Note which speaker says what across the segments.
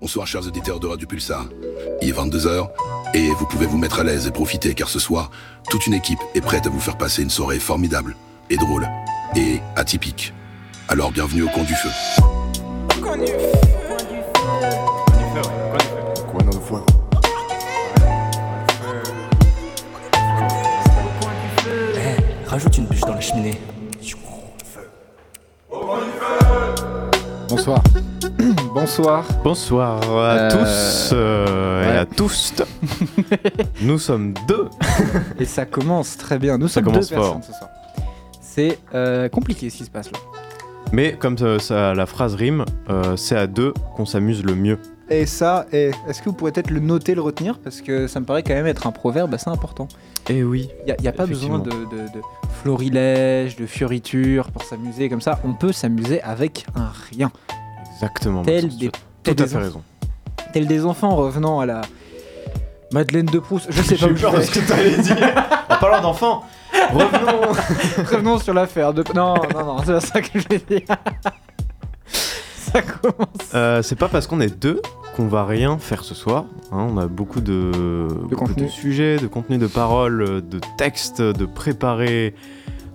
Speaker 1: Bonsoir chers auditeurs de Radio Pulsar. Il est 22h et vous pouvez vous mettre à l'aise et profiter car ce soir, toute une équipe est prête à vous faire passer une soirée formidable et drôle et atypique. Alors bienvenue au Coin du Feu.
Speaker 2: Rajoute une bûche dans la cheminée.
Speaker 3: Bonsoir. Bonsoir.
Speaker 4: Bonsoir à
Speaker 3: Euh,
Speaker 4: tous euh, et
Speaker 3: ouais.
Speaker 4: à tous. Nous sommes deux.
Speaker 3: Et ça commence très bien. Nous
Speaker 4: Ça
Speaker 3: sommes
Speaker 4: commence
Speaker 3: deux
Speaker 4: fort.
Speaker 3: personnes ce soir. C'est euh, compliqué ce qui se passe là.
Speaker 4: Mais comme euh, ça, la phrase rime, euh, c'est à deux qu'on s'amuse le mieux.
Speaker 3: Et ça, eh, est-ce que vous pourrez peut-être le noter, le retenir Parce que ça me paraît quand même être un proverbe assez important.
Speaker 4: Eh oui.
Speaker 3: Il n'y a, pas besoin de, de, de florilège, de fioriture pour s'amuser comme ça. On peut s'amuser avec un rien.
Speaker 4: Exactement.
Speaker 3: Tel
Speaker 4: Maxence,
Speaker 3: des,
Speaker 4: tu
Speaker 3: tel
Speaker 4: as Tout à
Speaker 3: des
Speaker 4: fait
Speaker 3: enfants.
Speaker 4: raison.
Speaker 3: Tel des enfants revenant à la Madeleine de Proust. Je sais pas où je vais.
Speaker 4: que t'allais dire. en parlant d'enfants, revenons.
Speaker 3: Revenons sur l'affaire de. Non, non, non, c'est pas ça que je vais dire. ça commence.
Speaker 4: Euh, c'est pas parce qu'on est deux qu'on va rien faire ce soir. hein. on a beaucoup de, beaucoup
Speaker 3: contenu.
Speaker 4: de sujets, de contenu, de paroles, euh, de textes, de préparés,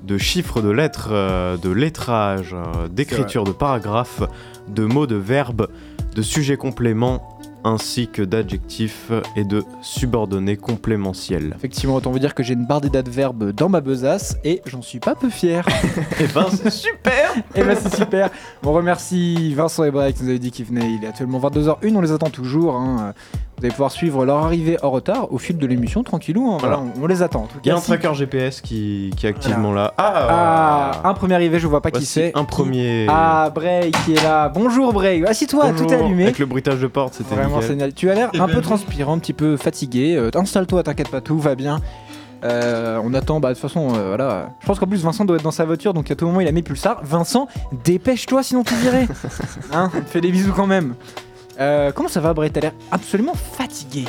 Speaker 4: de chiffres, de lettres, euh, de lettrage, euh, d'écriture, de paragraphes, de mots, de verbes, de sujets compléments, ainsi que d'adjectifs et de subordonnés complémentiels.
Speaker 3: Effectivement, autant vous dire que j'ai une barre des dates verbes dans ma besace et j'en suis pas peu fier. Eh
Speaker 4: et ben, c'est super
Speaker 3: et ben c'est super. On remercie Vincent et Bray qui nous avait dit qu'ils venaient. Il est actuellement 22h01, on les attend toujours. hein. Vous allez pouvoir suivre leur arrivée en retard au fil de l'émission, tranquillou. hein. Voilà, on, on les attend en tout
Speaker 4: Il y
Speaker 3: cas.
Speaker 4: a un
Speaker 3: Si-
Speaker 4: tracker GPS qui, qui est activement là. Ah,
Speaker 3: Ah, un premier arrivé, je vois pas qui
Speaker 4: Voici
Speaker 3: c'est.
Speaker 4: Un premier.
Speaker 3: Ah, Bray qui est là. Bonjour Bray, assis-toi, tout est
Speaker 4: Bonjour.
Speaker 3: allumé.
Speaker 4: Avec le bruitage de porte, c'était
Speaker 3: Vraiment,
Speaker 4: nickel.
Speaker 3: c'est génial. Tu as l'air un peu transpirant, un petit peu fatigué. Euh, Installe-toi, t'inquiète pas, tout va bien. Euh, on attend, bah de toute façon, euh, voilà. Je pense qu'en plus Vincent doit être dans sa voiture, donc à tout moment il a mis Pulsar. Vincent, dépêche-toi, sinon tu viré. hein on te fait des bisous quand même. Euh, comment ça va, Bray T'as l'air absolument fatigué.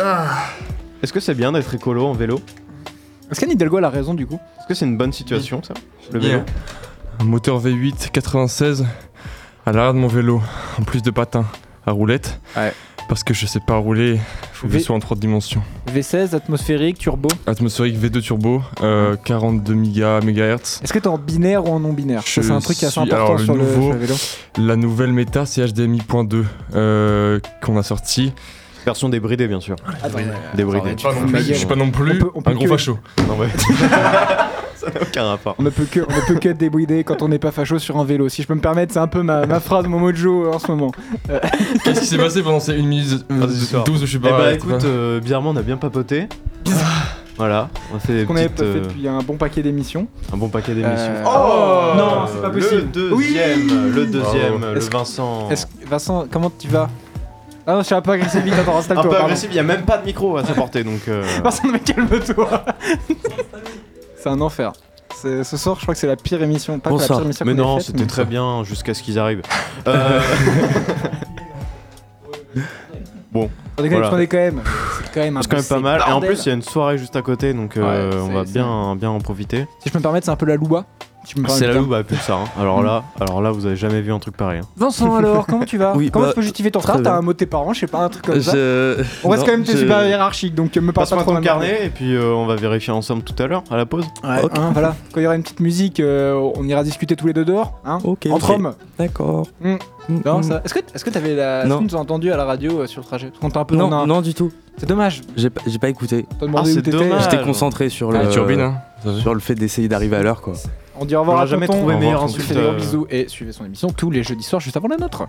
Speaker 4: Est-ce que c'est bien d'être écolo en vélo
Speaker 3: Est-ce qu'Anne Hidalgo elle a raison du coup
Speaker 4: Est-ce que c'est une bonne situation ça Le
Speaker 5: Yeah.
Speaker 4: vélo
Speaker 5: Un Moteur V8 96 à l'arrière de mon vélo, en plus de patins à roulette.
Speaker 3: Ouais.
Speaker 5: Parce que je sais pas rouler, faut que
Speaker 3: V-
Speaker 5: je sois en 3 dimensions.
Speaker 3: V16, atmosphérique, turbo.
Speaker 5: Atmosphérique V2 turbo, euh, 42 méga- mégahertz.
Speaker 3: Est-ce que t'es en binaire ou en non binaire Ça,
Speaker 5: Je
Speaker 3: C'est un truc assez
Speaker 5: suis-
Speaker 3: important
Speaker 5: alors, le
Speaker 3: sur, le,
Speaker 5: nouveau-
Speaker 3: sur le vélo.
Speaker 5: La nouvelle méta, c'est HDMI.2 euh, qu'on a sorti.
Speaker 4: Version débridée bien sûr.
Speaker 3: Attends,
Speaker 4: Débridée.
Speaker 3: Pas non plus.
Speaker 5: Je suis pas non plus
Speaker 3: On peut- on peut
Speaker 5: un gros
Speaker 3: que-
Speaker 5: facho.
Speaker 4: Non, ouais. ça n'a aucun rapport.
Speaker 3: On ne peut que, on ne peut que être débridé quand on n'est pas facho sur un vélo. Si je peux me permettre, c'est un peu ma, ma phrase, mon mojo euh, en ce moment.
Speaker 5: Qu'est-ce qui s'est passé pendant ces 1 minute
Speaker 4: Ah, c'est
Speaker 5: euh,
Speaker 4: sûr.
Speaker 5: 12 Je suis
Speaker 4: Eh bah
Speaker 5: pas.
Speaker 4: écoute, euh, bizarrement on a bien papoté. Voilà, on a fait des
Speaker 3: Ah. Qu'on n'avait
Speaker 4: petites,
Speaker 3: pas fait
Speaker 4: euh,
Speaker 3: depuis un bon paquet d'émissions.
Speaker 4: un bon paquet d'émissions.
Speaker 3: Euh, Oh non, c'est pas possible.
Speaker 4: Le deuxième,
Speaker 3: Oui
Speaker 4: le deuxième,
Speaker 5: Bravo.
Speaker 4: le
Speaker 3: Est-ce que-
Speaker 4: Vincent.
Speaker 3: Est-ce que- Vincent, comment tu vas Ah non, je suis un peu agressif vite, attends,
Speaker 4: Un
Speaker 3: installe-toi.
Speaker 4: peu
Speaker 3: pardon.
Speaker 4: agressif, il n'y a même pas de micro à sa portée donc. euh,
Speaker 3: Vincent, mais calme-toi C'est un enfer. C'est- Ce soir, je crois que c'est la pire émission. Pas que la
Speaker 4: Bonsoir.
Speaker 3: pire émission
Speaker 4: Mais
Speaker 3: qu'on ait
Speaker 4: non,
Speaker 3: faite,
Speaker 4: c'était
Speaker 3: mais-
Speaker 4: très bien jusqu'à ce qu'ils arrivent. Euh,
Speaker 3: On est quand même-
Speaker 4: Voilà.
Speaker 3: on est quand même. Ah, C'est quand même un
Speaker 4: C'est quand même
Speaker 3: peu-
Speaker 4: pas mal. Et en
Speaker 3: bordel.
Speaker 4: plus, il y a une soirée juste à côté, donc euh,
Speaker 3: Ouais,
Speaker 4: on
Speaker 3: c'est-
Speaker 4: va
Speaker 3: c'est-
Speaker 4: bien, bien en profiter.
Speaker 3: Si je peux me permettre, c'est un peu la louba. Si je peux me
Speaker 4: Ah, C'est
Speaker 3: permettre, bien.
Speaker 4: la loupe à Pulsar. Hein. Alors là,
Speaker 3: Mm.
Speaker 4: alors là, vous avez jamais vu un truc pareil. hein.
Speaker 3: Vincent, alors, comment tu vas
Speaker 6: Oui,
Speaker 3: Comment
Speaker 6: bah,
Speaker 3: tu peux justifier ton
Speaker 6: très
Speaker 3: retard T'as
Speaker 6: bien.
Speaker 3: un mot de tes parents, je sais pas, un truc comme ça.
Speaker 6: Je-
Speaker 3: On reste
Speaker 6: non,
Speaker 3: quand même tes
Speaker 6: je-
Speaker 3: super hiérarchiques, donc euh, me parle pas
Speaker 4: Passe-moi
Speaker 3: trop
Speaker 4: ton
Speaker 3: d'un carnet.
Speaker 4: carnet et puis euh, on va vérifier ensemble tout à l'heure à la pause.
Speaker 3: Ouais,
Speaker 6: Ok.
Speaker 3: hein, voilà. Quand il y aura une petite musique, euh, on ira discuter tous les deux dehors, hein
Speaker 6: Ok,
Speaker 3: Entre
Speaker 6: ok.
Speaker 3: hommes.
Speaker 6: D'accord.
Speaker 3: Mm.
Speaker 6: Mm,
Speaker 3: Non,
Speaker 6: mm.
Speaker 3: ça- Est-ce que est-ce que t'avais la
Speaker 6: Non.
Speaker 3: ce qu'on nous a entendu à la radio euh, sur le trajet Parce qu'on t'a un peu
Speaker 6: mm. Non,
Speaker 3: on a-
Speaker 6: non, du tout.
Speaker 3: C'est dommage.
Speaker 6: J'ai pas, j'ai pas écouté.
Speaker 3: T'as demandé
Speaker 4: Ah,
Speaker 3: où
Speaker 4: c'est
Speaker 3: t'étais.
Speaker 4: dommage.
Speaker 6: J'étais
Speaker 4: Ah,
Speaker 6: concentré sur
Speaker 3: Ah,
Speaker 6: le.
Speaker 5: La turbine, hein.
Speaker 4: euh,
Speaker 6: Sur le fait d'essayer d'arriver à l'heure, quoi.
Speaker 3: On dit au revoir
Speaker 4: On
Speaker 3: à
Speaker 4: aura jamais
Speaker 3: tonton.
Speaker 4: trouvé
Speaker 3: Au revoir,
Speaker 4: meilleure
Speaker 3: tonton.
Speaker 4: insulte,
Speaker 3: Fais des gros
Speaker 4: euh.
Speaker 3: bisous et suivez son émission tous les jeudis soirs juste avant la nôtre.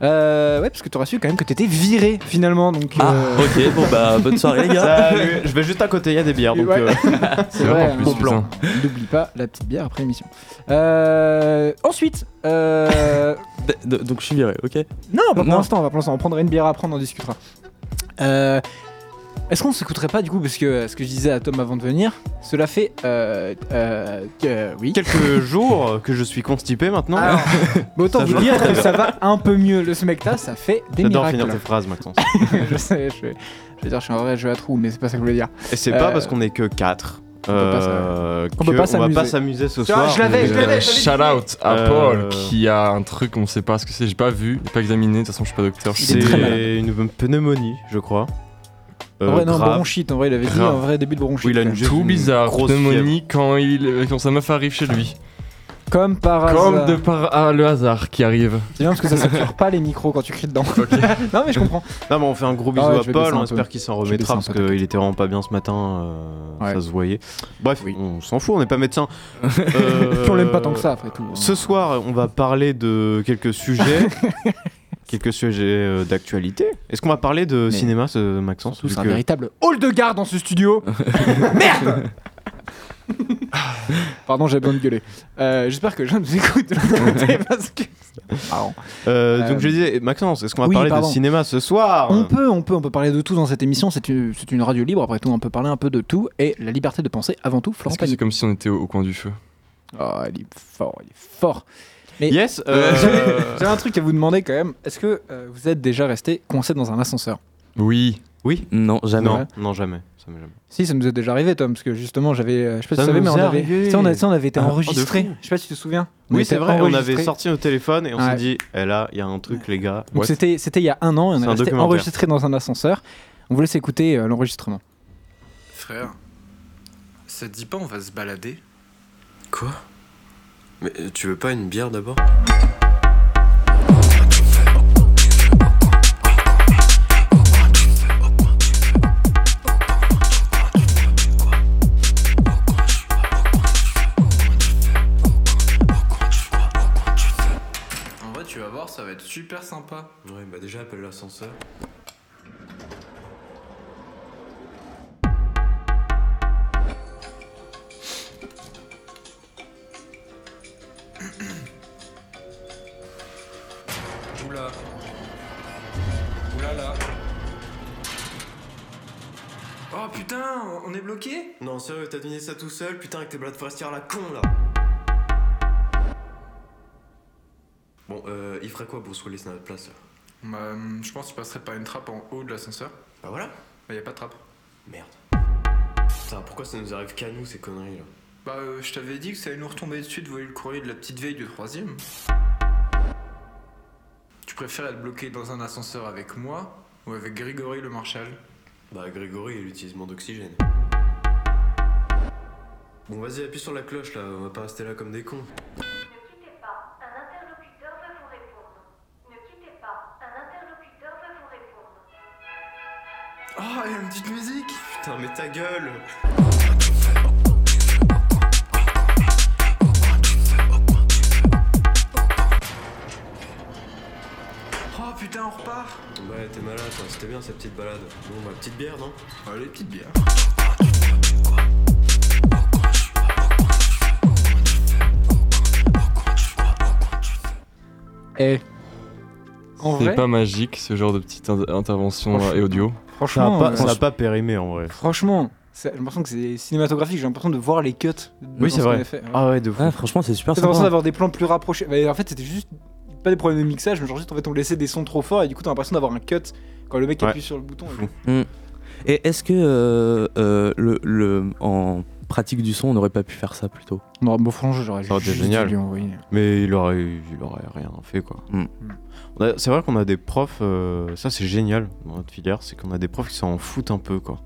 Speaker 3: Euh, ouais, parce que t'aurais su quand même que t'étais viré finalement, donc.
Speaker 6: Ah,
Speaker 3: euh,
Speaker 6: ok, bon bah, bonne soirée, les gars.
Speaker 4: Salut. Je vais juste à côté, il y a des bières. Donc,
Speaker 3: Ouais.
Speaker 4: euh,
Speaker 3: C'est
Speaker 5: vrai,
Speaker 3: vrai,
Speaker 5: en
Speaker 3: hein.
Speaker 5: plus,
Speaker 3: Bon
Speaker 5: putain.
Speaker 3: plan. N'oublie pas la petite bière après l'émission. Euh, ensuite, euh,
Speaker 6: D- d- Donc, je suis viré, ok
Speaker 3: Non, pas pour
Speaker 6: Non.
Speaker 3: l'instant, on va pour l'instant. On prendra une bière après, on en discutera. Euh, Est-ce qu'on s'écouterait pas du coup Parce que euh, ce que je disais à Tom avant de venir, cela fait. Euh, euh, euh, oui.
Speaker 4: quelques jours que je suis constipé maintenant.
Speaker 3: Alors, mais autant
Speaker 4: Ça
Speaker 3: vous
Speaker 4: joue.
Speaker 3: dire que ça va un peu mieux. Le mec là, ça fait des
Speaker 4: J'adore
Speaker 3: miracles.
Speaker 4: finir tes phrases, Maxence.
Speaker 3: je sais, je, je vais dire, je suis un vrai jeu à trous, mais c'est pas ça que je voulais dire.
Speaker 4: Et c'est
Speaker 3: Euh,
Speaker 4: pas parce qu'on est que 4
Speaker 3: On peut pas s'a-
Speaker 4: euh,
Speaker 3: on peut
Speaker 4: que
Speaker 3: pas
Speaker 4: va
Speaker 3: s'amuser.
Speaker 4: pas s'amuser ce
Speaker 3: Ah,
Speaker 4: soir.
Speaker 3: je l'avais,
Speaker 4: mais,
Speaker 3: je l'avais, je l'avais.
Speaker 5: Euh, Shout out à
Speaker 4: Euh,
Speaker 5: Paul qui a un truc, on sait pas ce que c'est, j'ai pas vu, j'ai pas examiné, de toute façon je suis pas docteur. je
Speaker 3: Il est très malade.
Speaker 4: C'est une pneumonie, je crois. Euh,
Speaker 3: en vrai, non,
Speaker 4: grave.
Speaker 3: bronchite. En vrai, il avait dit
Speaker 4: Grave.
Speaker 3: un vrai début de bronchite.
Speaker 4: Oui, il a
Speaker 3: quand
Speaker 4: une
Speaker 3: même.
Speaker 4: J'ai
Speaker 5: Tout
Speaker 4: une
Speaker 5: bizarre,
Speaker 4: grosse
Speaker 5: pneumonie quand, il, euh, quand sa meuf arrive chez lui.
Speaker 3: Comme par
Speaker 5: Comme
Speaker 3: hasard.
Speaker 5: de par ah, le hasard qui arrive.
Speaker 3: C'est bien parce que ça sature pas les micros quand tu cries dedans. non, mais je comprends.
Speaker 4: Non, mais on fait un gros bisou
Speaker 3: Ah ouais,
Speaker 4: à
Speaker 3: je vais
Speaker 4: Paul,
Speaker 3: baisser
Speaker 4: on
Speaker 3: un
Speaker 4: espère
Speaker 3: peu.
Speaker 4: qu'il
Speaker 3: Je
Speaker 4: s'en
Speaker 3: vais
Speaker 4: remettra parce
Speaker 3: baisser un peu,
Speaker 4: qu'il était vraiment pas bien ce matin, euh,
Speaker 3: Ouais.
Speaker 4: ça se voyait. Bref,
Speaker 6: Oui.
Speaker 4: on s'en fout, on n'est pas médecin. Euh,
Speaker 3: Puis on l'aime pas tant que ça après tout.
Speaker 4: Ce soir, on va parler de quelques sujets. quelques sujets euh, d'actualité. Est-ce qu'on va parler de
Speaker 3: Mais-
Speaker 4: cinéma, ce Maxence
Speaker 3: Surtout,
Speaker 4: vu
Speaker 3: c'est un
Speaker 4: que-
Speaker 3: véritable hall de garde dans ce studio. Merde Pardon, j'ai besoin de gueuler. Euh, J'espère que je nous écoute. parce que... Pardon.
Speaker 4: Euh,
Speaker 3: Euh,
Speaker 4: Donc je disais, Maxence, est-ce qu'on va
Speaker 3: oui,
Speaker 4: parler
Speaker 3: pardon.
Speaker 4: de cinéma ce soir
Speaker 3: On peut, on peut, on peut parler de tout dans cette émission. C'est une, c'est une radio libre après tout. On peut parler un peu de tout et la liberté de penser avant tout. Florent
Speaker 5: Est-ce que
Speaker 3: Pagny.
Speaker 5: c'est comme si on était au, au coin du feu
Speaker 3: Oh, il est fort, il est fort.
Speaker 4: Yes
Speaker 3: Euh,
Speaker 4: euh,
Speaker 3: J'ai un truc à vous demander quand même. Est-ce que euh, vous êtes déjà resté coincé dans un ascenseur
Speaker 5: Oui.
Speaker 4: Oui
Speaker 6: Non, jamais.
Speaker 4: Non, non, jamais. Ça m'est jamais.
Speaker 3: Si, ça nous est déjà arrivé, Tom, parce que justement, j'avais. euh, je sais pas si tu
Speaker 4: Ça
Speaker 3: savais,
Speaker 4: nous
Speaker 3: mais on
Speaker 4: est
Speaker 3: avait,
Speaker 4: arrivé.
Speaker 3: tu sais, on, a- ça, on avait été
Speaker 4: Ah,
Speaker 3: enregistré.
Speaker 4: de fou.
Speaker 3: Je sais pas si tu te souviens. On
Speaker 4: Oui,
Speaker 3: était
Speaker 4: c'est vrai, on
Speaker 3: enregistré.
Speaker 4: avait sorti nos téléphones et on
Speaker 3: Ouais.
Speaker 4: s'est dit, eh là, il y a un truc, les gars.
Speaker 3: Donc
Speaker 5: What
Speaker 3: c'était c'était il y a un an, et on
Speaker 4: C'est
Speaker 3: est
Speaker 4: un
Speaker 3: resté
Speaker 4: documentaire.
Speaker 3: enregistré dans un ascenseur. On vous laisse écouter euh, l'enregistrement.
Speaker 7: Frère, ça te dit pas on va se balader
Speaker 8: Quoi Mais euh, tu veux pas une bière d'abord
Speaker 7: En vrai, tu vas voir, ça va être super sympa.
Speaker 8: Ouais, bah déjà appelle l'ascenseur.
Speaker 7: Oula. Oula là. Oh putain, on est bloqué
Speaker 8: Non, sérieux, t'as donné ça tout seul Putain, avec tes blagues forestières à la con là Bon, euh, il ferait quoi Bruce Willis à notre place là
Speaker 7: Bah, euh, je pense qu'il passerait par une trappe en haut de l'ascenseur.
Speaker 8: Bah voilà
Speaker 7: Bah, y a pas de trappe.
Speaker 8: Merde. Putain, pourquoi ça nous arrive qu'à nous ces conneries là
Speaker 7: Bah, euh, je t'avais dit que ça allait nous retomber dessus de voler le courrier de la petite veille du troisième. Tu préfères être bloqué dans un ascenseur avec moi ou avec Grégory le Marshal
Speaker 8: Bah, Grégory et l'utilisement d'oxygène. Bon, vas-y, appuie sur la cloche là, on va pas rester là comme des cons.
Speaker 9: Ne quittez pas, un interlocuteur veut vous répondre. Ne quittez pas, un interlocuteur veut vous répondre.
Speaker 7: Oh, il y a une petite musique
Speaker 8: Putain, mais ta gueule
Speaker 7: Oh putain, on repart
Speaker 8: Ouais, t'es malade, hein. c'était bien cette petite balade. Bon, bah, petite bière, non
Speaker 7: Allez, petite bière.
Speaker 3: Et en
Speaker 5: C'est
Speaker 3: vrai,
Speaker 5: pas magique ce genre de petite in- intervention
Speaker 3: Franchement.
Speaker 5: euh, et audio.
Speaker 4: Ça
Speaker 3: franchement,
Speaker 4: n'a pas,
Speaker 3: euh,
Speaker 4: ça n'a pas périmé en vrai.
Speaker 3: franchement, c'est- j'ai l'impression que c'est cinématographique. J'ai l'impression de voir les cuts. dans
Speaker 4: Oui,
Speaker 3: ce
Speaker 4: c'est
Speaker 3: qu'on
Speaker 4: vrai.
Speaker 3: a fait. Ouais.
Speaker 4: Ah ouais, de fou.
Speaker 6: Ouais, franchement, c'est super
Speaker 3: J'ai l'impression
Speaker 6: sympa. hein.
Speaker 3: d'avoir des plans plus rapprochés. Bah, en fait, c'était juste pas des problèmes de mixage, mais genre juste en fait on laissait des sons trop forts et du coup t'as l'impression d'avoir un cut quand le mec
Speaker 4: Ouais.
Speaker 3: appuie sur le bouton.
Speaker 4: Fou.
Speaker 6: Et est-ce que euh, euh, le, le- en pratique du son, on n'aurait pas pu faire ça plus tôt
Speaker 3: Non, bon franchement j'aurais
Speaker 4: Ça aurait été juste génial. dû Mais il aurait, il aurait rien fait quoi.
Speaker 6: Mm.
Speaker 4: On a- C'est vrai qu'on a des profs, euh, ça c'est génial dans notre filière, c'est qu'on a des profs qui s'en foutent un peu quoi.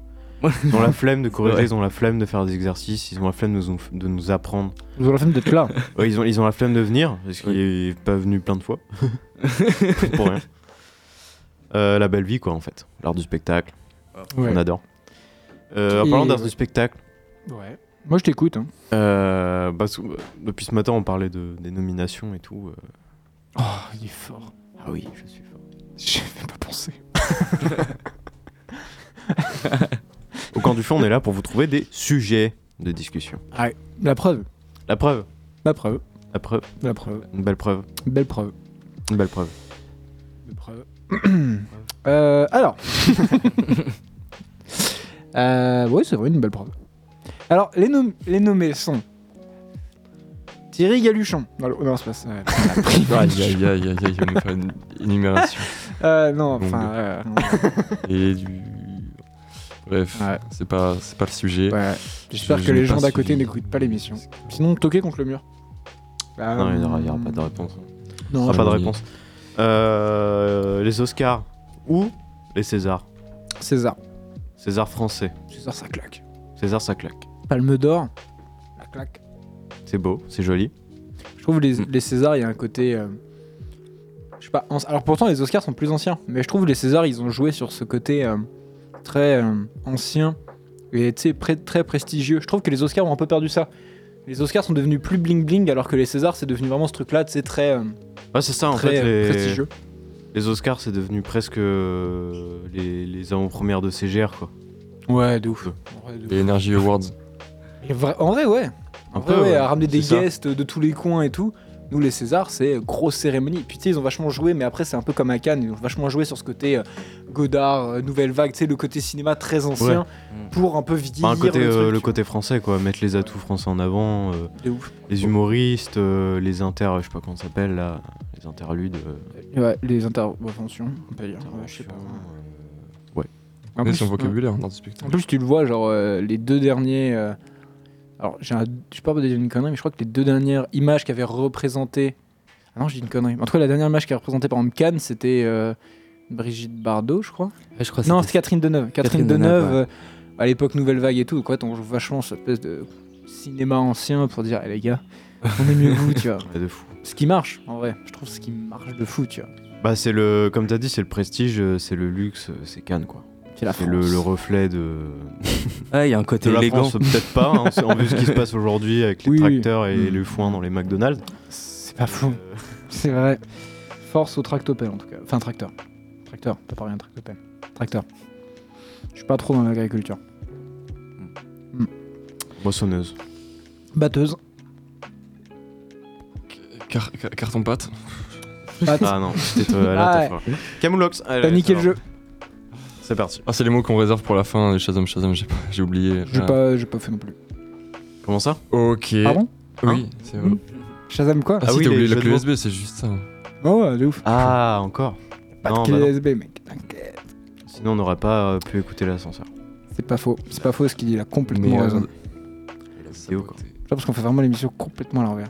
Speaker 4: Ils ont la flemme de corriger,
Speaker 6: Ouais.
Speaker 4: ils ont la flemme de faire des exercices, ils ont la flemme de nous, de nous apprendre.
Speaker 3: Vous la flemme d'être là.
Speaker 4: Ouais, ils, ont, ils ont la flemme de venir, parce qu'il est pas venu plein de fois. Pour rien. Euh, la belle vie quoi en fait, l'art du spectacle, on adore. Euh, en
Speaker 3: Et-
Speaker 4: parlant d'art du spectacle,
Speaker 3: Ouais. Moi je t'écoute. Hein.
Speaker 4: euh, bah, sou- depuis ce matin on parlait de, des nominations et tout. euh.
Speaker 3: Oh, il est fort.
Speaker 4: Ah oui, je suis fort.
Speaker 3: J'y avais pas pensé.
Speaker 4: Au camp du fond, on est là pour vous trouver des sujets de discussion.
Speaker 3: La preuve.
Speaker 4: La preuve,
Speaker 3: La preuve.
Speaker 4: la preuve,
Speaker 3: La preuve.
Speaker 4: une belle preuve,
Speaker 3: Belle preuve.
Speaker 4: une belle preuve.
Speaker 3: Belle preuve. Euh, alors. euh, ouais, c'est vrai, une belle preuve. Alors, les, nom- les nommés sont. Thierry Galuchon. Non, le- non, c'est pas ça.
Speaker 5: Aïe aïe aïe aïe aïe, on va faire une énumération.
Speaker 3: Euh, non, enfin.
Speaker 5: Longue.
Speaker 3: euh,
Speaker 5: Et du. Bref,
Speaker 3: Ouais.
Speaker 5: c'est pas, c'est pas le sujet.
Speaker 3: Ouais. J'espère
Speaker 5: Je-
Speaker 3: que
Speaker 5: je
Speaker 3: les
Speaker 5: n'ai
Speaker 3: gens
Speaker 5: pas
Speaker 3: d'à côté
Speaker 5: suivi.
Speaker 3: n'écoutent pas l'émission. Sinon, toquer contre le mur. Bah,
Speaker 4: Non, il n'y aura,
Speaker 3: euh,
Speaker 4: il y aura pas de réponse.
Speaker 3: non,
Speaker 4: Ah, pas de
Speaker 6: oui.
Speaker 4: réponse. Euh, les Oscars ou les Césars
Speaker 3: Euh, César.
Speaker 4: César français.
Speaker 3: César, ça claque.
Speaker 4: César, ça claque.
Speaker 3: Palme d'or. Ça claque.
Speaker 4: C'est beau, c'est joli.
Speaker 3: Je trouve les, les Césars, il y a un côté. euh, je sais pas. anci- Alors pourtant, les Oscars sont plus anciens. Mais je trouve les Césars, ils ont joué sur ce côté euh, très euh, ancien et tu sais, pré- très prestigieux. Je trouve que les Oscars ont un peu perdu ça. Les Oscars sont devenus plus bling bling, alors que les Césars, c'est devenu vraiment ce truc-là, tu sais, très, euh,
Speaker 4: Ouais, Ah, c'est ça, en
Speaker 3: très
Speaker 4: fait,
Speaker 3: euh,
Speaker 4: les-
Speaker 3: prestigieux.
Speaker 4: Les Oscars, c'est devenu presque euh, les, les avant-premières de CGR, quoi.
Speaker 3: Ouais, de ouf.
Speaker 5: Les Energy Awards.
Speaker 3: Et vra- En vrai, ouais. En
Speaker 4: Un
Speaker 3: vrai,
Speaker 4: peu,
Speaker 3: ouais,
Speaker 4: ouais.
Speaker 3: à ramener des
Speaker 4: C'est ça.
Speaker 3: guests de tous les coins et tout. Nous, les Césars, c'est grosse cérémonie. Puis tu sais, ils ont vachement joué, mais après, c'est un peu comme à Cannes. Ils ont vachement joué sur ce côté euh, Godard, euh, Nouvelle Vague, tu sais, le côté cinéma très ancien
Speaker 6: Mm.
Speaker 3: pour un peu vieillir.
Speaker 4: Enfin, le côté,
Speaker 3: le
Speaker 4: euh,
Speaker 3: truc,
Speaker 4: le
Speaker 3: tu vois.
Speaker 4: côté français, quoi. Mettre les atouts français en avant, euh,
Speaker 3: De ouf.
Speaker 4: les humoristes, euh, les inter... Je sais pas comment ça s'appelle, là. Les interludes. euh,
Speaker 3: Ouais, les interventions, on peut dire. Ouais, Ah, je sais pas.
Speaker 4: euh,
Speaker 3: En
Speaker 5: Mais
Speaker 3: plus,
Speaker 5: son
Speaker 3: ouais.
Speaker 5: vocabulaire dans
Speaker 3: En
Speaker 5: ce spectacle.
Speaker 3: plus, tu le vois, genre, euh, les deux derniers. euh, alors, j'ai un- je sais pas dire une connerie, mais je crois que les deux dernières images qui avaient représenté. Ah non, je dis une connerie. En tout cas, la dernière image qui a représenté par exemple Cannes, c'était euh, Brigitte Bardot, je crois.
Speaker 6: Ouais, je crois que
Speaker 3: non,
Speaker 6: Ah, c'était-
Speaker 3: c'était Catherine Deneuve. Catherine,
Speaker 6: Catherine
Speaker 3: Deneuve,
Speaker 6: Deneuve,
Speaker 3: euh, à l'époque Nouvelle Vague et tout. Donc, ouais, on joue vachement cette espèce de cinéma ancien pour dire, Eh, les gars, on est mieux que vous, tu vois.
Speaker 4: ouais, euh, bah, de fou.
Speaker 3: Ce qui marche, en vrai. Je trouve ce qui marche de fou, tu vois.
Speaker 4: Bah, c'est le... Comme t'as dit, c'est le prestige, euh, c'est le luxe, euh, c'est Cannes, quoi.
Speaker 3: C'est la
Speaker 4: C'est
Speaker 3: France.
Speaker 4: le, le reflet de...
Speaker 6: Ah, il y a un côté
Speaker 4: de la
Speaker 6: élégant.
Speaker 4: France, peut-être pas. hein, on vu ce qui se passe aujourd'hui avec les
Speaker 3: Oui, oui.
Speaker 4: tracteurs et les foins dans les McDonald's.
Speaker 3: C'est pas fou.
Speaker 4: Euh,
Speaker 3: C'est vrai. Force au tractopelle en tout cas. Enfin tracteur. Tracteur, pas parler d'un tractopelle. Tracteur. Je suis pas trop dans l'agriculture.
Speaker 4: Moissonneuse.
Speaker 3: Batteuse.
Speaker 5: Car- car- carton pâte.
Speaker 3: Batte.
Speaker 4: Ah non, c'était euh, là,
Speaker 3: Ah
Speaker 4: t'as fait- Camoulox. allez,
Speaker 3: T'as niqué le
Speaker 4: alors,
Speaker 3: jeu.
Speaker 4: C'est parti.
Speaker 5: Ah, c'est les mots qu'on réserve pour la fin. Les Shazam, Shazam, j'ai pas- j'ai oublié.
Speaker 3: J'ai
Speaker 5: Ah.
Speaker 3: pas, Ah j'ai pas fait non plus.
Speaker 4: Comment ça
Speaker 5: Ok.
Speaker 3: Pardon
Speaker 5: Oui, c'est vrai.
Speaker 3: Mm. Shazam quoi
Speaker 5: Ah,
Speaker 4: Ah
Speaker 5: si,
Speaker 4: oui,
Speaker 5: t'as
Speaker 4: les
Speaker 5: oublié
Speaker 4: jeux
Speaker 5: la
Speaker 4: de
Speaker 5: clé
Speaker 4: mots.
Speaker 5: USB, c'est juste ça.
Speaker 3: Oh ouais, de ouf.
Speaker 4: Ah, encore
Speaker 3: Pas
Speaker 4: non,
Speaker 3: de clé
Speaker 4: bah non.
Speaker 3: USB mec, t'inquiète.
Speaker 4: Sinon, on n'aurait pas euh, pu écouter l'ascenseur.
Speaker 3: C'est pas faux. C'est pas faux ce qu'il dit, il a complètement
Speaker 5: Mais, euh,
Speaker 3: raison.
Speaker 4: vidéo, quoi.
Speaker 3: Là, parce qu'on fait vraiment l'émission complètement à l'envers.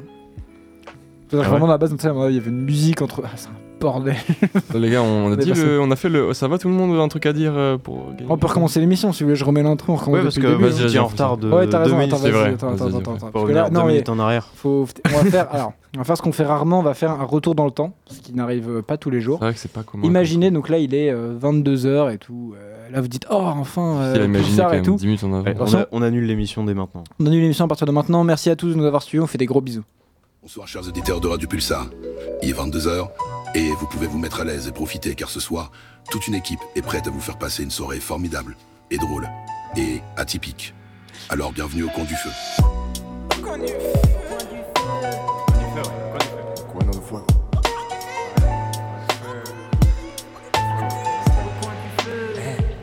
Speaker 3: C'est-à-dire
Speaker 4: Ah
Speaker 3: que Vraiment à la base, tu sais, il y avait une musique entre. Ah, c'est un bordel.
Speaker 5: Là, Ah, les gars, on a
Speaker 3: est
Speaker 5: dit
Speaker 3: passé.
Speaker 5: le- on a fait le. oh, Ça va tout le monde un truc à dire euh, pour. gagner
Speaker 3: On peut recommencer l'émission si vous voulez, je remets l'intro, on recommence
Speaker 4: Ouais, parce
Speaker 3: depuis
Speaker 4: que
Speaker 3: le début.
Speaker 4: vas-y,
Speaker 5: hein.
Speaker 4: j'étais en
Speaker 5: Ouais, t'as
Speaker 4: retard de
Speaker 3: Ouais, t'as raison,
Speaker 4: deux
Speaker 3: attends,
Speaker 5: c'est
Speaker 3: vas-y,
Speaker 5: vrai.
Speaker 3: attends, attends, attends,
Speaker 5: Vas-y, vas-y.
Speaker 3: attends.
Speaker 4: Pour
Speaker 3: Parce que là-
Speaker 4: revenir deux
Speaker 3: non, mais-
Speaker 4: minutes en arrière.
Speaker 3: Faut- on va faire, alors, on va faire ce qu'on fait rarement, on va faire un retour dans le temps, ce qui n'arrive euh, pas tous les
Speaker 5: C'est
Speaker 3: jours.
Speaker 5: vrai que c'est pas commun.
Speaker 3: Imaginez, donc là, il est 22h et tout. euh, là, vous dites, oh, enfin,
Speaker 5: C'est
Speaker 3: euh,
Speaker 5: imaginé
Speaker 3: Pulsar
Speaker 5: quand
Speaker 3: et
Speaker 5: même
Speaker 3: tout. Eh,
Speaker 5: 10 minutes en
Speaker 4: Ouais,
Speaker 5: avant.
Speaker 4: on, a- on annule l'émission dès maintenant.
Speaker 3: On annule l'émission à partir de maintenant. Merci à tous de nous avoir suivis. On fait des gros bisous.
Speaker 1: Bonsoir chers auditeurs de Radio Pulsar. Il est 22h et vous pouvez vous mettre à l'aise et profiter car ce soir, toute une équipe est prête à vous faire passer une soirée formidable et drôle et atypique. Alors bienvenue au coin du feu.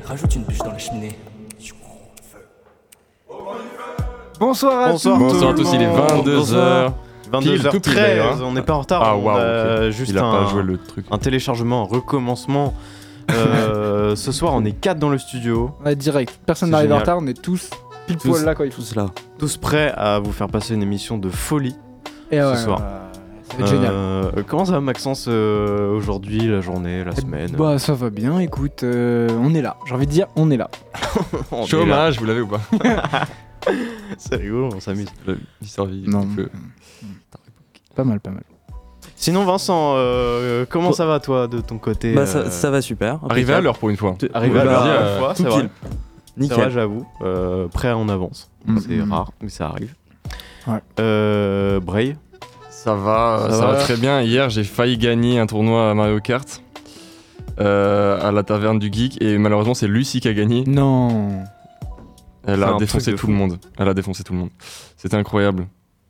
Speaker 2: Rajoute une bûche dans la cheminée.
Speaker 3: Bonsoir à
Speaker 4: Bonsoir,
Speaker 3: tous.
Speaker 5: Bonsoir à tous, il est 22h. tout pile,
Speaker 4: 22h13,
Speaker 5: d'ailleurs, hein.
Speaker 4: euh, on n'est pas en retard.
Speaker 5: Ah,
Speaker 4: on
Speaker 5: waouh.
Speaker 4: a
Speaker 5: ok.
Speaker 4: Euh, juste
Speaker 5: Il a
Speaker 4: un,
Speaker 5: pas joué le truc.
Speaker 4: un téléchargement, un recommencement. Euh, ce soir, on est 4 dans le studio,
Speaker 3: On est direct. Personne
Speaker 4: C'est
Speaker 3: n'arrive en
Speaker 4: génial.
Speaker 3: retard. On est tous pile
Speaker 6: Tous-
Speaker 3: poil là quand il faut.
Speaker 6: Tout cela.
Speaker 4: tous prêts à vous faire passer une émission de folie.
Speaker 3: Et
Speaker 4: ce soir.
Speaker 3: euh, ça va être génial.
Speaker 4: Euh, comment ça va, Maxence, euh, aujourd'hui, la journée, la semaine
Speaker 3: Bah, ça va bien. Écoute, euh, on est là. J'ai envie de dire, on est là.
Speaker 4: On est là.
Speaker 5: Chômage, vous l'avez ou pas
Speaker 4: C'est rigolo, on s'amuse.
Speaker 5: Le Mister V,
Speaker 3: Non.
Speaker 5: le feu.
Speaker 3: Pas mal, pas mal.
Speaker 4: Sinon, Vincent, euh, comment
Speaker 6: Bon.
Speaker 4: ça va, toi, de ton côté
Speaker 6: Bah,
Speaker 4: euh,
Speaker 6: ça, ça va super.
Speaker 5: Arrivé à l'heure pour une fois.
Speaker 6: impeccable.
Speaker 4: Arrivé à
Speaker 6: Bah,
Speaker 4: l'heure,
Speaker 5: euh,
Speaker 4: une fois,
Speaker 6: tout
Speaker 4: c'est vrai.
Speaker 6: pile.
Speaker 4: C'est vrai,
Speaker 6: Nickel.
Speaker 4: j'avoue. Euh, prêt en avance.
Speaker 3: Mm.
Speaker 4: C'est
Speaker 3: Mm.
Speaker 4: rare, mais ça arrive.
Speaker 3: Ouais.
Speaker 4: Euh, Bray,
Speaker 5: Ça va,
Speaker 4: Ça
Speaker 5: ça,
Speaker 4: va.
Speaker 5: va très bien. Hier, j'ai failli gagner un tournoi à Mario Kart euh, à la taverne du geek et malheureusement, c'est Lucie qui a gagné.
Speaker 3: Non.
Speaker 5: Elle
Speaker 4: Enfin,
Speaker 5: a
Speaker 4: un
Speaker 5: défoncé
Speaker 4: truc de
Speaker 5: tout
Speaker 4: fou.
Speaker 5: le monde. Elle a défoncé tout le monde. C'était incroyable.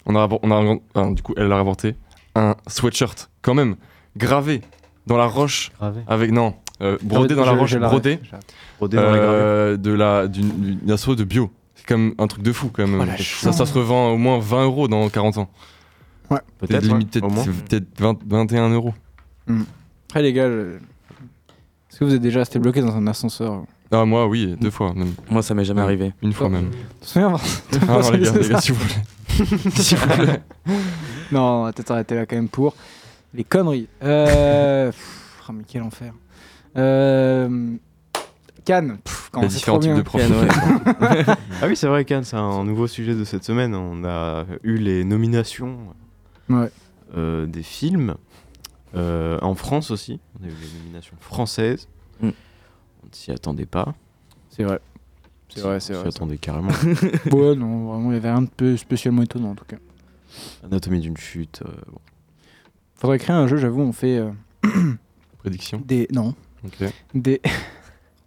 Speaker 5: On a, rappor- on a- enfin, du coup, elle a rapporté un sweatshirt quand même gravé dans la roche avec non euh, brodé dans la
Speaker 3: Je-
Speaker 5: roche
Speaker 3: je l'arrête.
Speaker 5: brodé
Speaker 4: rodé dans les gravures.
Speaker 5: euh, de la d'une d'une asso de bio. C'est comme un truc de fou quand même.
Speaker 3: Oh, la
Speaker 5: ça, ça se revend au moins 20 euros dans 40 ans.
Speaker 4: Peut-être,
Speaker 5: limite,
Speaker 4: ouais,
Speaker 5: peut-être-
Speaker 4: au moins.
Speaker 5: c'est peut-être 20 21 euros.
Speaker 3: Après les gars, je- est-ce que vous êtes déjà resté bloqué dans un ascenseur
Speaker 5: Ah, moi, oui,
Speaker 3: Mm.
Speaker 5: deux fois même.
Speaker 6: Moi, ça m'est jamais
Speaker 5: Ouais.
Speaker 6: arrivé.
Speaker 5: Une fois
Speaker 3: Oh.
Speaker 5: même.
Speaker 3: Souviens,
Speaker 5: Ah non, les gars,
Speaker 3: c'est
Speaker 5: les gars,
Speaker 3: ça.
Speaker 5: s'il vous plaît. s'il vous plaît.
Speaker 3: Non, on va peut-être arrêter là quand même pour les conneries. Euh... pff, oh, mais quel enfer. Euh... Cannes, pff, quand
Speaker 5: Les
Speaker 3: c'est trop
Speaker 5: différents types
Speaker 3: bien.
Speaker 5: de profils.
Speaker 6: Ken,
Speaker 4: Ah oui, c'est vrai, Cannes, c'est un nouveau sujet de cette semaine. On a eu les nominations
Speaker 3: Ouais.
Speaker 4: euh, des films. Euh, en France aussi, on a eu les nominations françaises.
Speaker 6: Mm.
Speaker 4: On ne s'y attendait pas.
Speaker 3: C'est vrai. C'est vrai, c'est
Speaker 4: On s'y
Speaker 3: vrai.
Speaker 4: attendait carrément.
Speaker 3: Ouais, non, vraiment, il y avait rien de peu spécialement étonnant en tout cas.
Speaker 4: Anatomie d'une chute. euh, bon.
Speaker 3: Faudrait créer un jeu, j'avoue, on fait euh,
Speaker 5: Prédiction.
Speaker 3: des. Non.
Speaker 5: Ok.
Speaker 3: Des...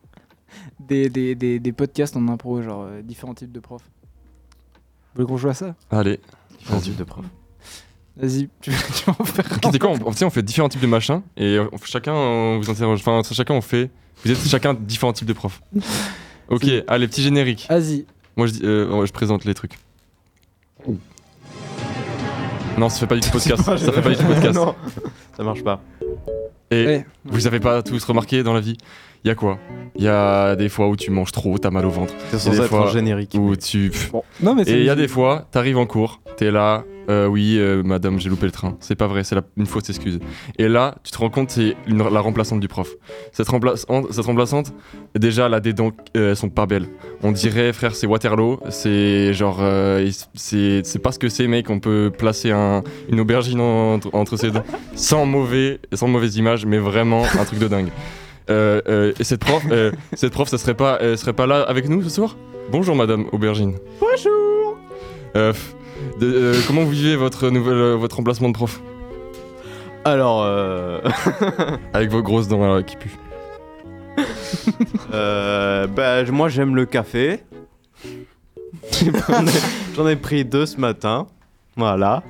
Speaker 3: des, des, des. des podcasts en impro, genre euh, différents types de profs. Vous voulez qu'on joue à ça
Speaker 5: Allez.
Speaker 4: Différents types de profs.
Speaker 3: Vas-y, tu, tu vas en faire
Speaker 5: C'était quoi on, tu sais, on fait différents types de machins et euh, on- chacun on vous interroge. Enfin, chacun on fait. Vous êtes chacun différents types de profs. Ok, allez, petit générique.
Speaker 3: Vas-y,
Speaker 5: Moi je, dis- euh, je présente les trucs. Non, ça fait pas du tout podcast. ça fait pas du tout podcast.
Speaker 4: non, ça marche pas.
Speaker 5: Et
Speaker 3: Ouais.
Speaker 5: vous avez pas tous remarqué dans la vie Il y a quoi Il y a des fois où tu manges trop, t'as mal au ventre.
Speaker 4: C'est sans
Speaker 5: des
Speaker 4: être
Speaker 5: fois
Speaker 4: en générique.
Speaker 5: Ou tu. pff,
Speaker 3: Bon. Non, mais
Speaker 5: Et il y a des fois, t'arrives en cours, t'es là, euh, oui, euh, madame, j'ai loupé le train. C'est pas vrai, c'est la- une fausse excuse. Et là, tu te rends compte, c'est une- la remplaçante du prof. Cette remplaçante, cette remplaçante déjà, elle a des dents, euh, elles sont pas belles. On dirait, frère, c'est Waterloo, c'est genre, euh, il- c'est c'est pas ce que c'est, mec, on peut placer un- une aubergine en- entre, entre ses dents. Sans, mauvais, sans mauvaise image, mais vraiment un truc de dingue. Euh, euh, et cette prof, euh, cette prof, ça serait pas, elle serait pas là avec nous ce soir Bonjour, madame Aubergine. Euh, pff, de- euh, comment vous vivez votre nouvelle, euh, votre remplacement de prof
Speaker 4: Alors, euh,
Speaker 5: Avec vos grosses dents euh, qui puent.
Speaker 4: euh, bah, j- moi j'aime le café. J'en ai- J'en ai pris deux ce matin. Voilà.